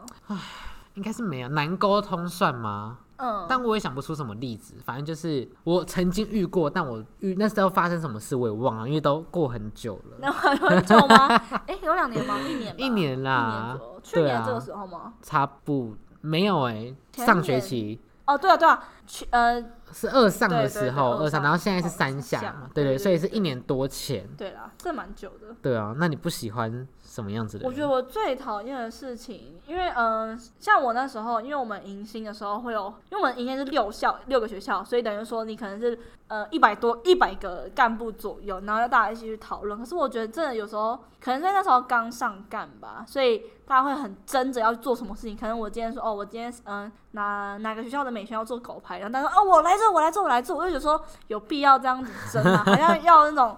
应该是没有难沟通算吗？
嗯，
但我也想不出什么例子，反正就是我曾经遇过，但我遇那时候发生什么事我也忘了，因为都过很久了，
那还有很久吗？ 哎、有两年吗？一年吧？
一年
一年
啦
左，右。去年
对啊
这个时候吗？
差不没有哎、
前
上学
年
期
哦，对啊，对啊，去呃，
是二上
对
的
对
时
对
候，
二
二上，
上
然后现在是
哦
三下
下
嘛，
对
对
对
对，所以是
对
一年多前，
对啦，这蛮久的。
对啊，那你不喜欢什么样子的人？
我觉得我最讨厌的事情，因为嗯、呃像我那时候，因为我们迎新的时候会有，因为我们迎新是六校六个学校，所以等于说你可能是呃一百多一百个干部左右，然后要大家一起去讨论。可是我觉得真的有时候，可能在那时候刚上干吧，所以大家会很争着要去做什么事情。可能我今天说哦，我今天嗯、呃哪哪个学校的美宣要做狗牌，然后大家说哦我来做我来做我来做，我就觉得说有必要这样子争吗？好像要那种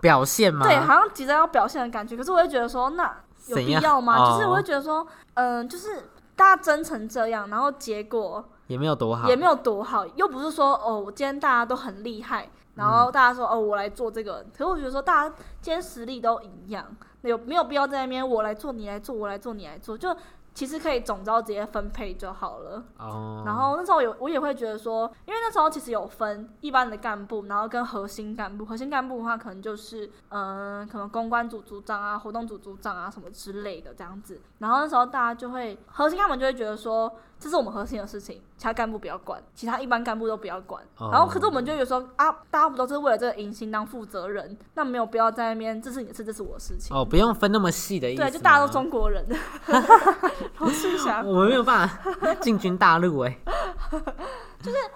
表现吗？
对，好像急着要表现的感觉。可是我就觉得说那。有
怎
必
样
要吗？
哦、
就是我会觉得说，嗯、就是大家争成这样，然后结果
也没有多好，
也没有多好，又不是说哦，我今天大家都很厉害，然
嗯
后大家说、哦，我来做这个。可是我觉得说，大家今天实力都一样，有没有必要在那边我来做，你来做，我来做，你来做？就其实可以总招直接分配就好了。
哦，
然后那时候有我也会觉得说，因为那时候其实有分一般的干部，然后跟核心干部。核心干部的话，可能就是嗯、可能公关组组长啊、活动组组长啊什么之类的这样子。然后那时候大家就会核心干部就会觉得说，这是我们核心的事情，其他干部不要管，其他一般干部都不要管。
哦
然后可是我们就有时候啊，大家不都是为了这个迎新当负责人，那没有必要在那边这是你的事，这是我的事情。
哦，不用分那么细的意思吗，
对，就大家都中国人， 罗志祥。
我们没有办法 进军大陆 哎、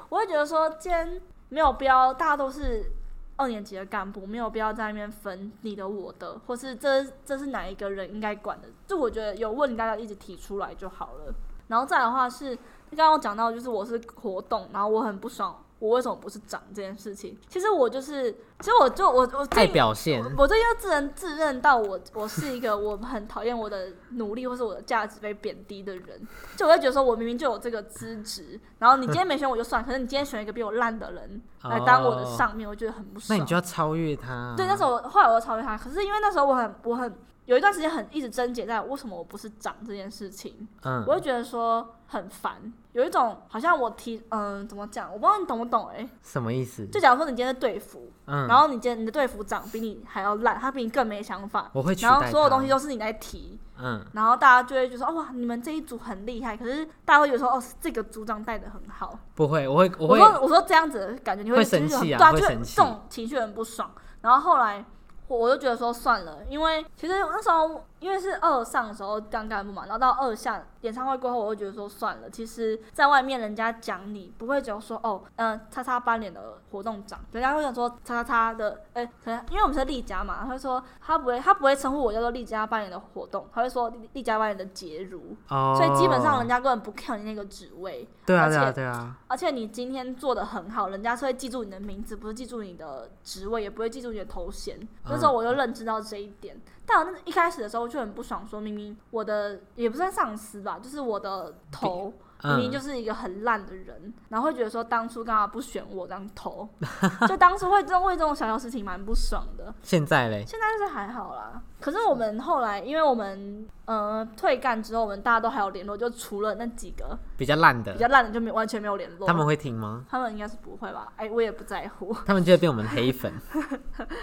我会觉得说，今天没有必要，大家都是二年级的干部，没有必要在那边分你的我的，或是这这是哪一个人应该管的，就我觉得有问题大家一直提出来就好了。然后再来的话是，刚刚我讲到就是我是活动，然后我很不爽，我为什么不是长这件事情？其实我就是，其实我就我我
太
最
表现，
我这就自认自认到我我是一个我很讨厌我的努力或是我的价值被贬低的人，就我会觉得说我明明就有这个资质，然后你今天没选我就算，可是你今天选一个比我烂的人来当我的
哦
上面，我觉得很不
那
爽
你。就要超越他、啊
对，那时候我后来我就超越他，可是因为那时候我很我很。有一段时间很一直纠结在为什么我不是长这件事情，
嗯
我，会觉得说很烦，有一种好像我提嗯怎么讲，我不知道你懂不懂哎、
什么意思？
就假如说你今天是队服，
嗯
然后你今天你的队服长比你还要烂，他比你更没想法，
我会取代
然后所有
他
东西都是你在提，
嗯，
然后大家就会觉得说，哦哇，你们这一组很厉害，可是大家会觉得说，哦，这个组长带的很好。
不会，我会我
我
会
说我说这样子的感觉你
会
就是
生气啊
很
会
对啊，
生
就是
气
这种情绪很不爽。然后后来我我就觉得说算了，因为其实那时候因为是二上的时候刚干部嘛，然后到二下演唱会过后，我就觉得说算了。其实，在外面人家讲你不会只有说哦，嗯、叉叉班脸的活动长，人家会想说叉叉叉的，哎、可能因为我们是丽家嘛，他会说他不会他不会称呼我叫做丽家扮演的活动，他会说丽丽家扮演的杰如，
哦，
所以基本上人家根本不 care 你那个职位。
对啊
而
对
且
啊对啊，
而且你今天做的很好，人家是会记住你的名字，不是记住你的职位，也不会记住你的头衔。那时候我就认知到这一点，但我那一开始的时候就很不爽，说明明我的也不算上司吧，就是我的头。明明
嗯，
就是一个很烂的人，然后会觉得说当初干嘛不选我当头？ 就当初会这种为这种小小事情蛮不爽的，
现在嘞，
现在是还好啦。可是我们后来，因为我们呃退干之后，我们大家都还有联络，就除了那几个
比较烂
比
的，
较烂的，就没完全没有联络。
他们会听吗？
他们应该是不会吧？哎、我也不在乎，
他们就会变我们的黑粉。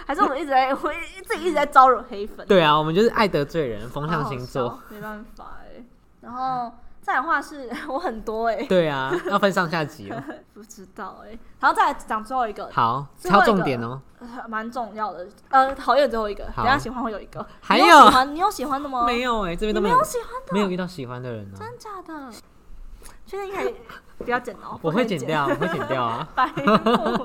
还是我们一直在，我一自己一直在招惹黑粉。
对啊，我们就是爱得罪人，
好
风
好笑，
象星座。
没办法哎、然后再来的话是我很多哎、
对啊，要分上下集 哦。
不知道哎、然后再来讲最后一个，
好，
最后
挑
一个
重点哦。
呃蛮重要的，呃，讨厌最后一个，
好
等一下喜欢会有一个。
还
你
有
喜欢你有喜欢的吗？
没有哎，这边
哦你
都
没
没有
有喜欢，
没有遇到喜欢的人哦。
真假的？确定可以不要剪哦，
我
不可
会
以
剪。掉，我会剪掉 啊。
白目，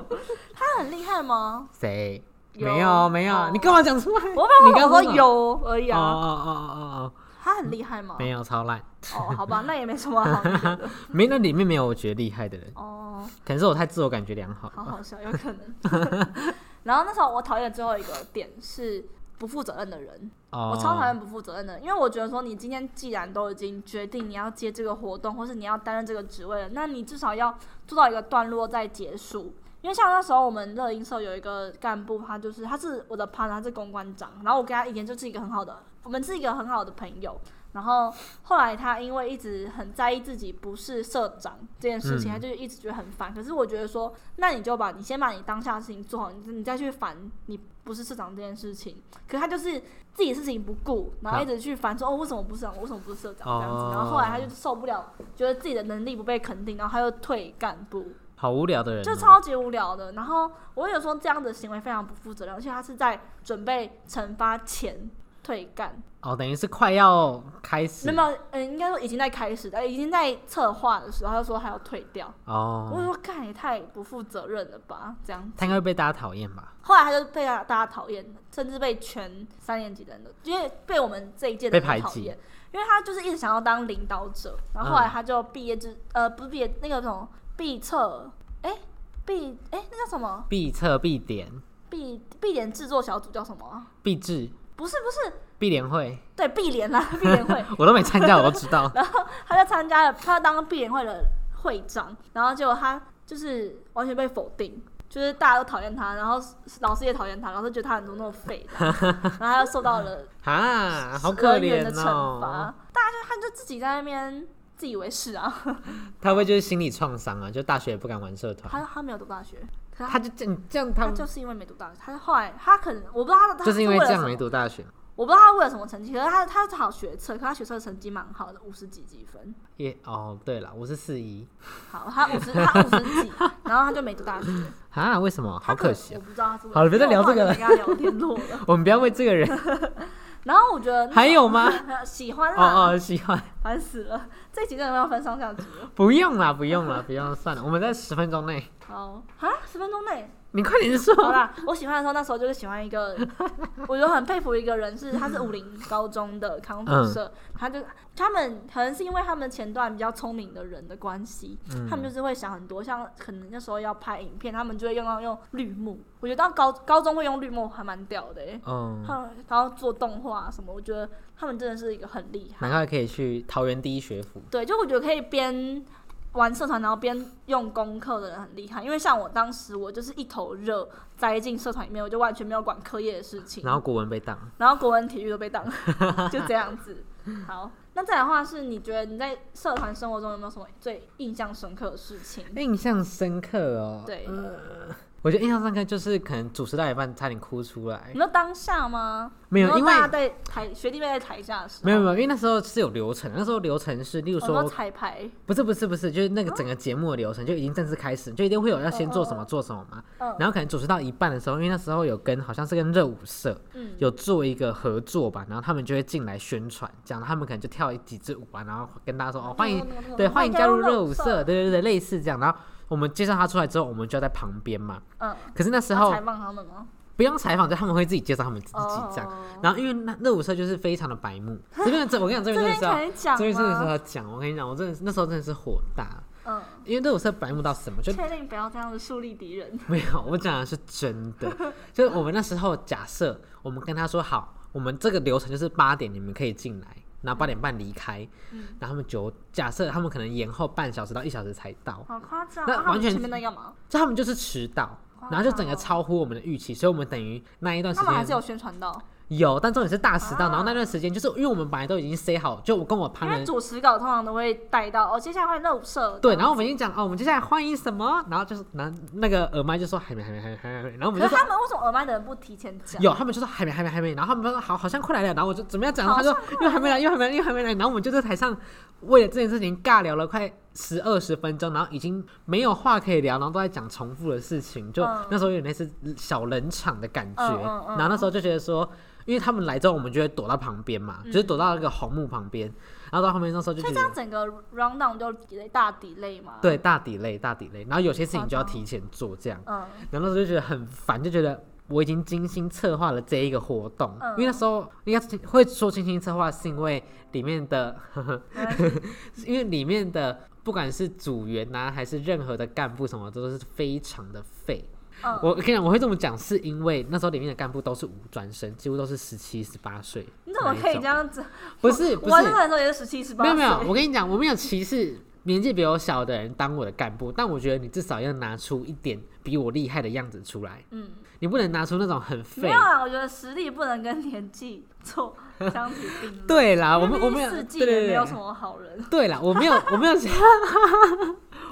他很厉害吗？
谁？
有
没有没有，
哦
你干嘛讲出来？
我没
你
有
刚
我
说什
说
么
有而已
哦
啊。
哦哦哦哦
他很厉害吗
哦，？没有超烂，
哦，好吧，那也没什么好讲的
没那里面没有我觉得厉害的人，
哦，
可能是我太自我感觉良好了
好
吧。
好笑，有可能。 然后那时候我讨厌的最后一个点是不负责任的人，
哦，
我超讨厌不负责任的人，因为我觉得说你今天既然都已经决定你要接这个活动，或是你要担任这个职位了，那你至少要做到一个段落再结束。因为像那时候我们乐音社有一个干部，他就是他是我的 partner，他是公关长，然后我跟他以前就是一个很好的，我们是一个很好的朋友。然后后来他因为一直很在意自己不是社长这件事
嗯
情，他就一直觉得很烦。可是我觉得说，那你就把你先把你当下的事情做好，你你再去烦你不是社长这件事情。可是他就是自己事情不顾，然后一直去烦说哦为什么不是社长，为什么不是社长这样子。
啊哦
然后后来他就受不了，觉得自己的能力不被肯定，然后他又退干部。
好无聊的人哦，
就超级无聊的。然后我有说这样的行为非常不负责任，而且他是在准备惩罚前退干，
哦，等于是快要开始
那么嗯，应该说已经在开始的，已经在策划的时候，他就说他要退掉。我就
哦，
说干也太不负责任了吧，这样。
他应该会被大家讨厌吧？
后来他就被大家讨厌，甚至被全三年级的人都，因为被我们这一届的
被排
人讨
挤
厌，因为他就是一直想要当领导者，然后后来他就毕业之、
嗯
呃不是毕业那个什么毕测，哎、毕哎、那叫什么？
必测必点
必必点制作小组叫什么啊？
必制
不是不是，
必联会，
对必联啦，必联 会，
我都没参加，我都知 道。
他就参加了，他当必联会的会长，然后结果他就是完全被否定，就是大家都讨厌他，然后老师也讨厌他，老师觉得他很多那种废的，然后他又受到了
啊，好可
人员
怜
的惩
哦！
罚，大家就他就自己在那边自以为是啊，
他会不会就是心理创伤啊？就大学也不敢玩社团，
他他没有读大学，可是
他
他。
就这样这样，
他
他
就是因为没读大学，他后来他可能我不知道他他
就是因为
了
这样
什么
没读大学，
我不知道他为了什么成绩，可是他他考学测，可他学测成绩蛮好的，五十几几分。
也哦，对了，我是四一
好，他五十他五十 几，然后他就没读大学，
啊，为什么？
他
好可惜
我
啊！
不知道他是为什么。
好了别再聊这个了
因为我后来没跟他聊天录了。
我们不要为这个 人，
然后我觉得那
还有吗？
喜欢啊，
哦哦，喜欢，
烦死了，这集真的要分上下集了。
不用啦，不用啦，不用，算了，我们在十分钟内，
好啊，十分钟内
你快点说。
好啦。我喜欢的时候，那时候就是喜欢 一个，我就很佩服一个人是，他是武林高中的康复社，
嗯
他就他们可能是因为他们前段比较聪明的人的关系，
嗯
他们就是会想很多，像可能那时候要拍影片，他们就会用到用绿幕。我觉得到高高中会用绿幕还蛮屌的、欸，
嗯，
他们然后做动画什么，我觉得他们真的是一个很厉害。
难怪可以去桃园第一学府。
对，就我觉得可以边玩社团然后边用功课的人很厉害，因为像我当时我就是一头热栽进社团里面，我就完全没有管课业的事情。
然后国文被当，
然后国文、体育都被当，就这样子。好，那再来的话是，你觉得你在社团生活中有没有什么最印象深刻的事情？
印象深刻哦。
对
呃我觉得印象深刻就是可能主持到一半差点哭出来
你，说当下吗？
没有
你说
因为
大家哦在台学弟妹在台下的时候，
没有没有，因为那时候是有流程，那时候流程是，例如
我
说
说彩排，
不是不是不是，就是
哦
那个整个节目的流程就已经正式开始，就一定会有要先做什么做什么嘛。
嗯
然后可能主持到一半的时候，因为那时候有跟好像是跟热舞社
嗯，
有做一个合作吧，然后他们就会进来宣传，讲他们可能就跳几支舞啊，然后跟大家说哦欢迎
嗯嗯嗯
对
嗯
欢迎加入热舞
欢迎加入热
社，
舞社
对对对，类似这样。然后我们介绍他出来之后，我们就要在旁边嘛。
嗯，
可是那时
要
候
采访他们吗？
不用采访，就他们会自己介绍他们自己
哦
这样。然后因为那热舞社就是非常的白 目，这边这我跟你讲，这
这
边真的
边
是要
可以讲
这边真的是
吗？
要讲，我跟你讲，我真的是那时候真的是火大。
嗯，
因为热舞社白目到什么， 就
确定不要这样子树立敌人。
没有。我讲的是真的，就是我们那时候假设我们跟他说好，我们这个流程就是八点你们可以进来，然后八点半离开，
嗯
然后他们九假设他们可能延后半小时到一小时才到，
好夸张！啊
那
他们
完全
前面在干嘛？
就他们就是迟到，然后就整个超乎我们的预期，所以我们等于那一段时
他们哦还是
间
有宣传到，
有，但重点是大迟到，
啊
然后那段时间就是因为我们本来都已经 say 好，就我跟我旁
因为
人。
主持稿通常都会带到哦，接下来换热舞社。
对，然后我们已经讲哦，我们接下来欢迎什么，然后就是那那个耳麦就说还没还没还没还没还没，然后我们
可
就是说
他们为什么耳麦的人不提前讲？
有，他们就说还没，还没，还没。然后他们说好，好像快来了。然后我就怎么样讲？他说
好
又还没来，又还没来，又还没来。然后我们就在台上为了这件事情尬聊了快十二十分钟，然后已经没有话可以聊，然后都在讲重复的事情。就
嗯
那时候有点类似小冷场的感觉。
嗯嗯嗯
然后那时候就觉得说，因为他们来之后，我们就会躲到旁边嘛，就是躲到那个红幕旁边。然后到后面那时候就觉
所嗯以这
得
样整个 round down 就 delay 大 delay 嘛。，
对大底累，大底累。然后有些事情就要提前做这样。
嗯，
然后那时候就觉得很烦，就觉得我已经精心策划了这一个活动，
嗯
因为那时候应该是会说精心策划，是因为里面的，
没关系
因为里面的不管是组员呐、还是任何的干部什么，都是非常的废。
嗯
我跟你讲，我会这么讲，是因为那时候里面的干部都是无专生，几乎都是十七、十八岁。
你怎么可以这？样子？
不是
我
不
那
是
时，候也是十七、十八
没
岁。
有没有，我跟你讲，我没有歧视年纪比我小的人当我的干部，但我觉得你至少要拿出一点比我厉害的样子出来。
嗯，
你不能拿出那种很
没
废
有。啊，我觉得实力不能跟年纪做相提并论。
对啦，我
因为
们
毕
我
竟
们有
四季
对对
也
对
没有什么好人。
对啦，我没 有我没有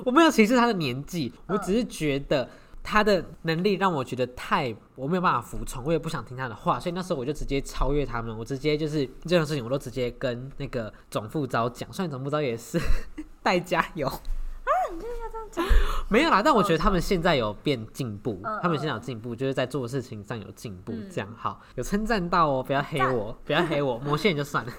我没有歧视他的年纪，
嗯
我只是觉得他的能力让我觉得太我没有办法服从，我也不想听他的话，所以那时候我就直接超越他们，我直接就是这种事情我都直接跟那个总副招讲，虽然总副招也是 代加油。
啊
没有啦，但我觉得他们现在有变进步，
哦嗯
他们现在有进步，就是在做事情上有进步，
嗯
这样好，有称赞到哦，不要黑我，不要 黑我，魔线就算了。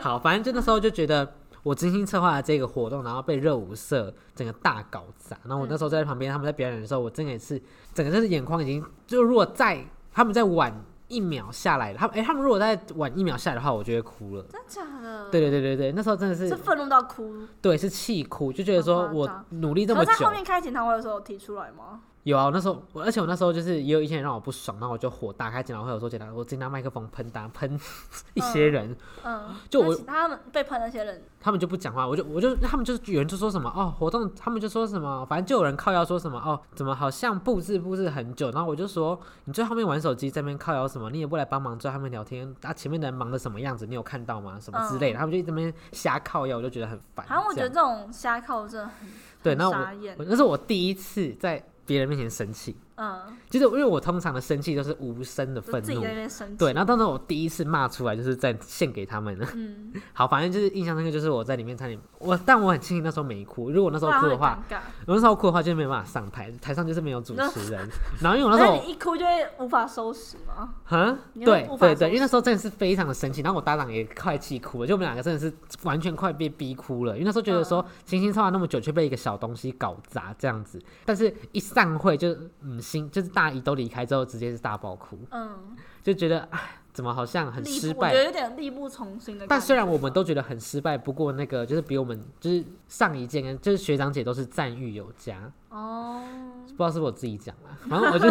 好，反正就那时候就觉得我精心策划的这个活动，然后被热舞社整个大搞砸。然后我那时候在旁边，他们在表演的时候，我真的也是整个就是眼眶已经，就如果再他们再晚一秒下来，他们哎、他们如果再晚一秒下来的话，我就会哭了。
真假的？
对对对对对，那时候真的
是
是
愤怒到哭。
对是气哭，就觉得说
好夸
我
张
努力这
可
么
是在
久
后，面开检讨会的时候有提出来吗？
有啊，我那时候我而且我那时候就是也有一些人让我不爽，然后我就火大开检讨会，我说检讨我直接拿麦克风喷打喷 一些人，
嗯，
就
那
我
其他们被喷那些人，
他们就不讲话，我就我就他们就有人就说什么哦活动，他们就说什么，反正就有人靠腰说什么哦，怎么好像布置布置很久，然后我就说你最后面玩手机在那边靠腰什么，你也不来帮忙，最后面聊天，啊前面的人忙的什么样子，你有看到吗？什么之类的，他们就一直在那边瞎靠腰，我就觉得很烦。
嗯好像我觉
这样
得这种瞎靠真的很
对，
很
那
傻
我
眼
我。那是我第一次在别人面前生气，
嗯，
就是因为我通常的生气都是无声的
就
愤
自己
怒
在。那边生气。
对，然后当时我第一次骂出来，就是在献给他们了。
嗯，
好，反正就是印象深刻，就是我在里面差点我，但我很庆幸那时候没哭。如果那时
不
候
然
哭
会
的
很
话，
尴尬。
我那时候哭的话就是没办法上台，台上就是没有主持人。然后因为我那时
但
候
是你一哭就会无法收拾嘛。
啊，
你
对
会无法
对
收
对，因为那时候真的是非常的生气，然后我搭档也快气哭了，就我们两个真的是完全快被逼哭了，因为那时候觉得
嗯
说精心策划那么久，却被一个小东西搞砸这样子，但是一散会就嗯心就是大姨都离开之后，直接是大爆哭，
嗯，
就觉得哎怎么好像很
力
失
不我觉
败。
得有点力不从心的感觉。
但虽然我们都觉得很失败，不过那个就是比我们就是上一届跟就是学长姐都是赞誉有加，
哦，
不知道是不是我自己讲啦，反正我就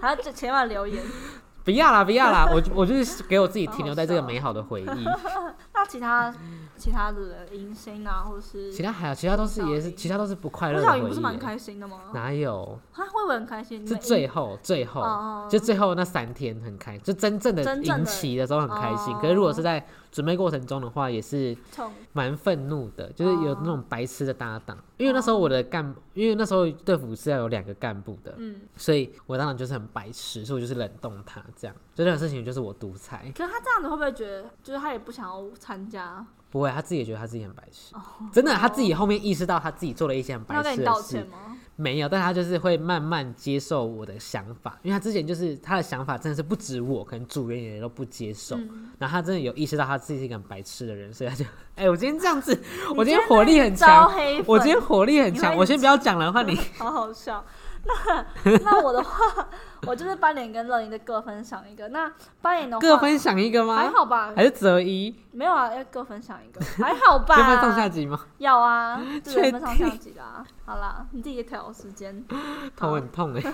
还有这前面留言，
不要啦，不要啦，我就我就是给我自己停留在这个
好好笑哦
美好的回忆。
那那其他其他的人迎新啊，或者是
其他还好，其他都是也是，其他都是不快乐
郭
的
晓
回
云不是蛮
忆。
开心的吗？
哪有？
啊，会不会很开心？
是最后最后、
哦
就最后那三天很开，就真正的
真正的
迎旗的时候很开心。
哦
可是如果是在准备过程中的话，也是
从
蛮愤怒的，就是有那
哦
种白痴的搭档。因为那时候我的干，因为那时候队服是要有两个干部的，
嗯，
所以我当然就是很白痴，所以我就是冷冻他这样。就这种事情就是我独裁，
可是他这样子会不会觉得，就是他也不想要参加？
不会，他自己也觉得他自己很白痴，真的，他自己后面意识到他自己做了一些很
哦他
白
要跟
痴
你
的
道
事
歉，吗？
没有，但他就是会慢慢接受我的想法，因为他之前就是他的想法真的是不止我，可能组员也都不接受。
嗯，
然后他真的有意识到他自己是一个很白痴的人，所以他就，哎、我今天这样 子，我今天
真的
火力很
招
强，
黑粉，
我今天火力很
你
强，
会
我先不要讲了，换你。
好好笑。那 那我的话，我就是斑脸跟乐莹的各分享一个。那斑脸的话
各分享一个
还
吗？
好吧，
还是择一？
没有啊，要各分享一 个，还好吧。
要分上下集 吗？
要啊，这
确
个分上下集啦。好啦，你自己调时间。
头很痛哎、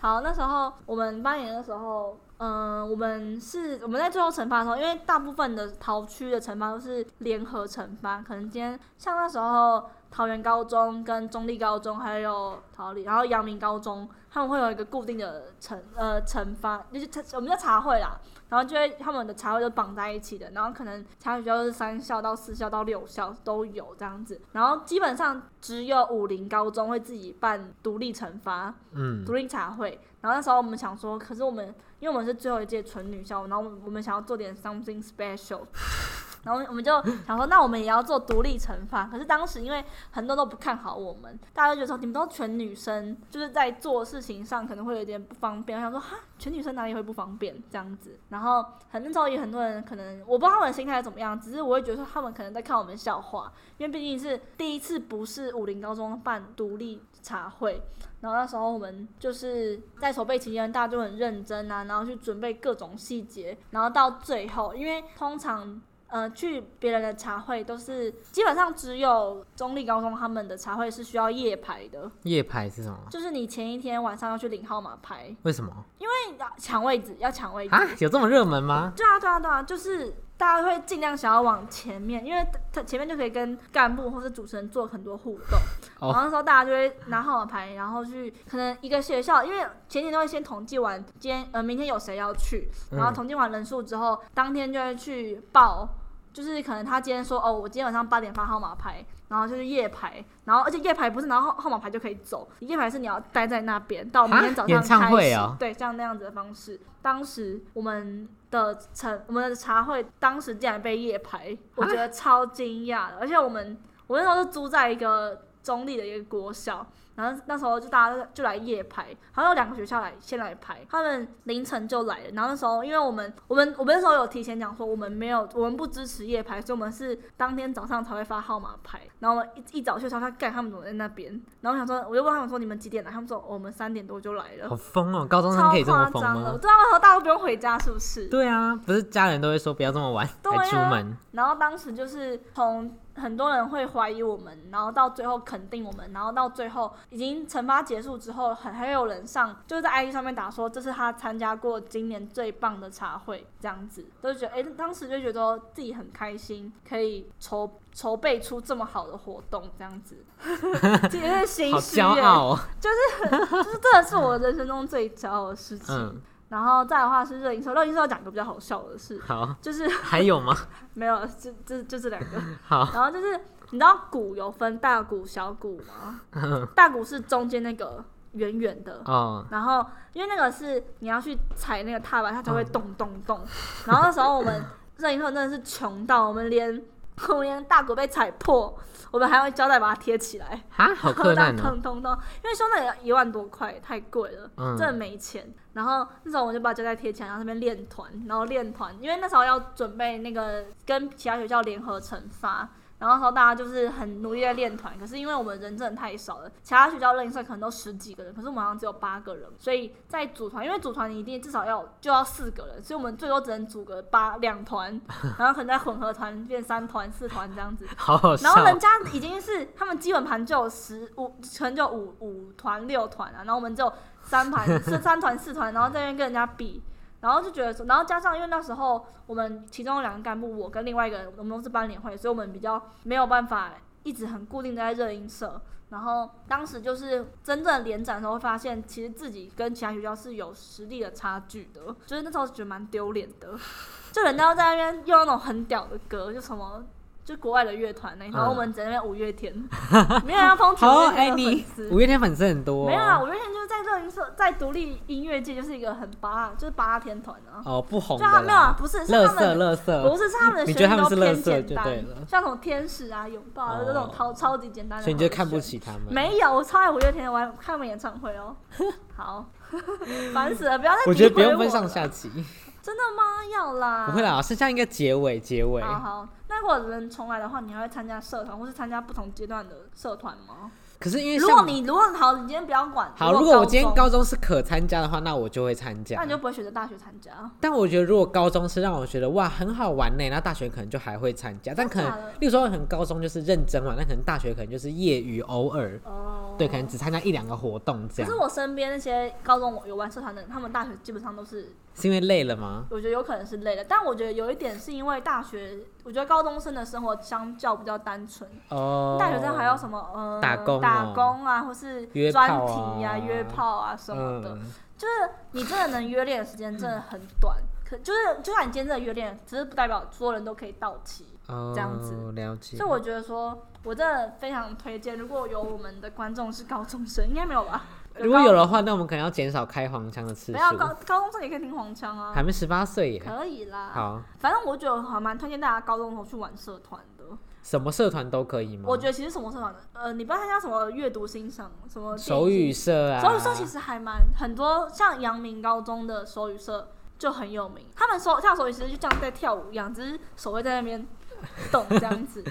好，那时候我们八年的时候，嗯、我们是我们在最后惩罚的时候，因为大部分的桃区的惩罚都是联合惩罚，可能今天像那时候桃园高中跟中立高中，还有桃李，然后阳明高中，他们会有一个固定的惩呃惩罚，就是我们叫茶会啦。然后就会他们的茶会都绑在一起的，然后可能茶学校是三校到四校到六校都有这样子，然后基本上只有武林高中会自己办独立惩罚，
嗯，
独立茶会。然后那时候我们想说，可是我们因为我们是最后一届纯女校，然后我们我们想要做点 something special，然 后我们就想说，那我们也要做独立惩罚。可是当时因为很多都不看好我们，大家就觉得说你们都全女生，就是在做事情上可能会有点不方便。我想说哈，全女生哪里会不方便这样子？然后很那时候也很多人可能我不知道他们的心态是怎么样，只是我会觉得说他们可能在看我们笑话，因为毕竟是第一次不是武林高中办独立茶会。然后那时候我们就是在筹备期间，大家就很认真啊，然后去准备各种细节，然后到最后，因为通常呃去别人的茶会都是基本上只有中立高中他们的茶会是需要夜排的，
夜排是什么？
就是你前一天晚上要去领号码牌，
为什么
因为抢位置要抢位置
啊。？有这么热门吗？
对啊，对啊，对啊，就是大家会尽量想要往前面，因为他前面就可以跟干部或是主持人做很多互动。
哦
然后那时候大家就会拿号码牌，然后去可能一个学校，因为前天都会先统计完今天呃明天有谁要去，然后
嗯
统计完人数之后，当天就会去报。就是可能他今天说哦，我今天晚上八点发号码牌，然后就是夜排，然后而且夜排不是拿号号码牌就可以走，夜排是你要待在那边到明天
啊
早上
演唱
开始，
会哦
对，像那样子的方式。当时我们的晨，我们的茶会，当时竟然被夜排，我觉得超惊讶的。而且我们，我那时候是租在一个中立的一个国小，然后那时候就大家就来夜排，好像有两个学校来先来排，他们凌晨就来了。然后那时候因为我们我们我们那时候有提前讲说我们没有我们不支持夜排，所以我们是当天早上才会发号码牌。然后我们一一早去查看，干他们怎么在那边？然后我想说，我就问他们说你们几点来？他们说、哦我们三点多就来了
好。疯哦！高中生
超
可以这么
夸
疯
张的，我
吗？
知道那时候大家都不用回家，是不是？
对啊，不是家人都会说不要这么晚
对啊
还出门，
然后当时就是从很多人会怀疑我们，然后到最后肯定我们，然后到最后已经惩罚结束之后，很还有人上就是在 IG 上面打说这是他参加过今年最棒的茶会，这样子都觉得哎，当时就觉得自己很开心，可以筹筹备出这么好的活动，这样子，其实是心
好
虚
骄
耶，
傲哦。
就是这是我人生中最骄傲的事情。
嗯，
然后再来的话是热映社，热映社讲一个比较好笑的事，
好，
就是
还有吗？
没有，就就就这两个。
好，
然后就是你知道鼓有分大鼓、小鼓吗？大鼓是中间那个圆圆的，
哦，
然后因为那个是你要去踩那个踏板，它才会咚咚咚。然后那时候我们任一鹤真的是穷到我们连我们连大鼓被踩破，我们还用胶带把它贴起来。
哈，好困难哦。
咚咚咚，因为修那也一万多块，太贵了，
嗯
真的没钱。然后那时候我就把胶带贴起来，然后那边练团，然后练团，因为那时候要准备那个跟其他学校联合惩罚。然后那时候大家就是很努力在练团，可是因为我们人真的太少了，其他学校认社可能都十几个人，可是我们好像只有八个人，所以在组团，因为组团你一定至少要就要四个人，所以我们最多只能组个八两团，然后可能再混合团变三团、四团这样子。
好好笑
然后人
哦，
家已经是他们基本盘就有十五，可能就 五五团六团啊，然后我们就三盘是三团四团，然后在那边跟人家比，然后就觉得说，然后加上因为那时候我们其中有两个干部，我跟另外一个人，我们都是班联会，所以我们比较没有办法一直很固定地在热音社。然后当时就是真正联展的时候，发现其实自己跟其他学校是有实力的差距的，就是那时候觉得蛮丢脸的。就人家在那边用那种很屌的歌，就什么就国外的乐团那一套，然后我们在那边五月 天，没有人要抨击
嗯好
五月
爱
天的
你
粉丝。
五月天粉丝很多、
没有啊，
哦，
五月天就是在热音社，在独立音乐界就是一个很八，就是八天团啊。
哦，不红
就
的
他没有啊
啦，，
不是是
乐
他
色
们，
乐色
不，是是他们的
你
旋
觉得
律
他
都
们是垃
偏
圾
简
就
单
对了，
像什么天使啊、拥抱啊，就这种
哦
超超级简单的。
所以你就看不。起他们。
没有，我超爱五月天的，我还看他们演唱 会哦。好， 烦死了，不要再诋毁
我觉得不用分
我
上
了
下集，
真的吗？要啦，
不会啦，剩下一个结尾，结尾。
啊好好，那如果人重来的话，你还会参加社团，或是参加不同阶段的社团吗？
可是因为
如果
像
你如果好，你今天不要管。
好，如果我今天
中
高中是可参加的话，那我就会参加
那你。就不会选择大学参加。
但我觉得如果高中是让我觉得哇很好玩呢，那大学可能就还会参加。但可
真的假
能
的，
例如说可能高中就是认真玩，那可能大学可能就是业余偶尔，
哦，
对，可能只参加一两个活动这
可
样
是。我身边那些高中有玩社团的人，他们大学基本上都是，
是因为累了吗？
我觉得有可能是累的。但我觉得有一点是因为大学，我觉得高中生的生活相较比较单纯，
哦，
大学生还有什么呃
打工哦
打工啊，或是
约炮
专
啊
题呀、约炮啊什么的。
嗯、
就是你真的能约练的时间真的很短，可就是就算你今天真的约练，只是不代表所有人都可以到齐。
哦，
这样子
了解。
所以我觉得说，我真的非常推荐，如果有我们的观众是高中生，应该没有吧？
如果有
高
的话，那我们可能要减少开黄腔的次
没
数。
有啊高高中生也可以听黄腔啊
还，没十八岁耶。
可以啊啦。，
好，
反正我觉得还蛮推荐大家高中的时候去玩社团的。
什么社团都可以吗？
我觉得其实什么社团，呃，你不要参加什么阅读欣赏，什么电影
手语
欣
社啊，
手语社其实还蛮很多，像阳明高中的手语社就很有名，他们手跳手语其实就像在跳舞一样，只是手会在那边动这 样子。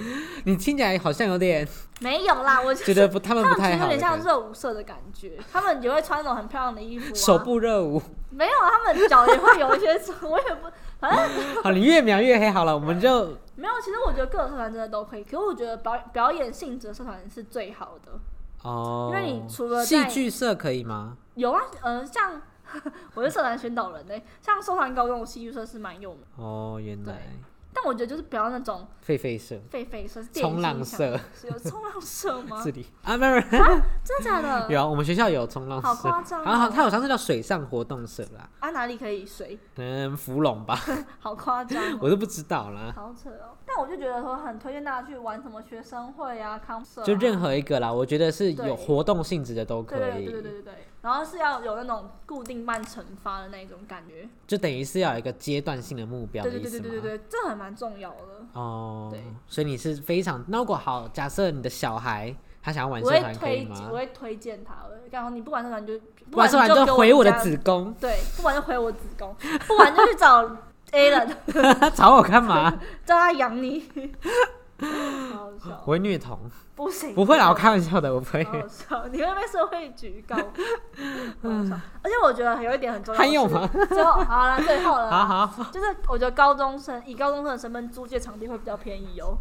你听起来好像有点
没有啦，我就
觉
是
得不，他
他
们
们
不
其实
太
有
好的
点像啊
感觉。
热舞社的感觉，他们也会穿那种很漂亮的衣服、啊。
手部热舞，
没有，啊他们脚也会有一些，我也不， 反正
好，你越描越黑好了，我们就
没有。其实我觉得各个社团真的都可以，可是我觉得表表演性质的社团是最好的。
哦，
因为你除了
戏
在
剧社可以吗？
有啊，呃，像 我是社团宣导人呢、像收团高中的戏剧社是蛮有名的，
哦，原来
但我觉得就是不要那种。
狒狒社、
狒狒社、电影
冲浪
欣赏
社
是 有冲浪社 吗
这？里啊，没有没
真的假
有，啊
的？
有我们学校有冲浪
好
社，
夸张哦
然后它好像是叫水上活动社啦，
啊，哪里可以水？
嗯，芙蓉 吧，
好夸张哦、
我都不知道啦，
好扯哦！但我就觉得说，很推荐大家去玩什么学生会啊、康社、啊，
就任何一个啦，我觉得是
对
有活动性质的都
对
可
对对对
以，
对对。然后是要有那种固定办惩罚的那种感觉，
就等于是要有一个阶段性的目标
对
的
对
意
对
思
对对对
吗？
对，这很蛮重要的。
哦
对，
所以你是非常，那如果好，假设你的小孩他想要玩
我
社
会
团可以
推，我
吗？
会推荐他，我会告诉你不玩社团就不
玩社团
你就给
就回我
我
的
家
子宫，
对，不玩就回我子宫， 不玩就去找 A 人，
吵我干嘛？
叫他养 你。好好笑。哦
我会虐童，
不行，
不会啦，我
看
开玩笑的，我不会。
好笑，你会被社会局 告。好好笑而且我觉得有一点很重要，
还有？吗？
最后 好了，最后了，
好，好，
就是我觉得高中生以高中生的身份租借场地会比较便 宜哦，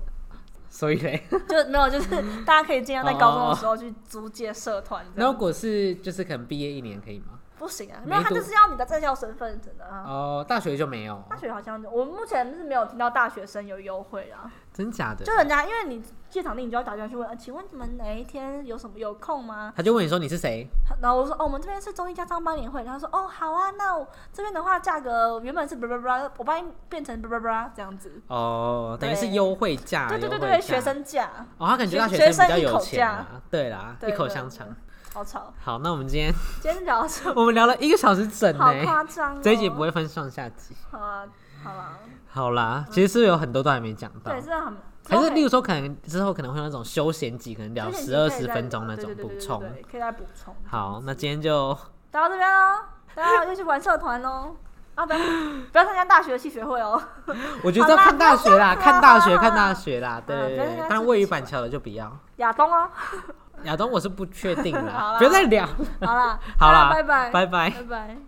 所以嘞，
就没有，
嗯
就是大家可以尽量在高中的时候去租借社团这
那
样。
如果是就是可能毕业一年可以吗？
不行啊，
哦没
没有，他
读
就是要你的在校身份，真的啊。
哦，大学就没有，
大学好像我目前是没有听到大学生有优惠啊，
真假的
就？人家因为你借场地，你就要打电话去问，呃请问你们哪一天有什么有空吗？
他就问你说你是谁？
然后我说哦，我们这边是中医家商班联会，然后他说哦好啊，那我这边的话价格原本是 blah blah blah，我帮你变成 blah blah blah 这样子。
哦，等于
对
是优惠价，
对对对
优惠价
对，学。生价，
哦，他感觉
学
大学
学
生
生
比较
一
有
口
钱啊，对啦，
对
一口
对
香
对
肠。
好吵。
好，那我们今天，
今天聊到这
我们聊了一个小时整
好
呢，
夸张、哦。
这一集不会分上下集。
好啊，好啊，
好啦，其实是有很多都还没讲到
对，，真的很。
还是例
六
如说可能之后可能会有那种休闲集，可能聊十二十分钟那种补充。
对对对对对对可以再补充。
好，那今天就
聊到这边喽，大家要去玩社团喽。啊，不要不要参加大学系学会哦。
我觉得要
好啦
看大学啦，
不要这样
看
啦
大学，看大学啦，对
啊
对
不要
对
这。样
但
子
位于
奇怪
板桥的就不要。
亚东哦，
亚东我是不确定
好
啦，
啦
不要再聊，
好啦，
好啦
大家拜拜，
拜拜。
拜拜。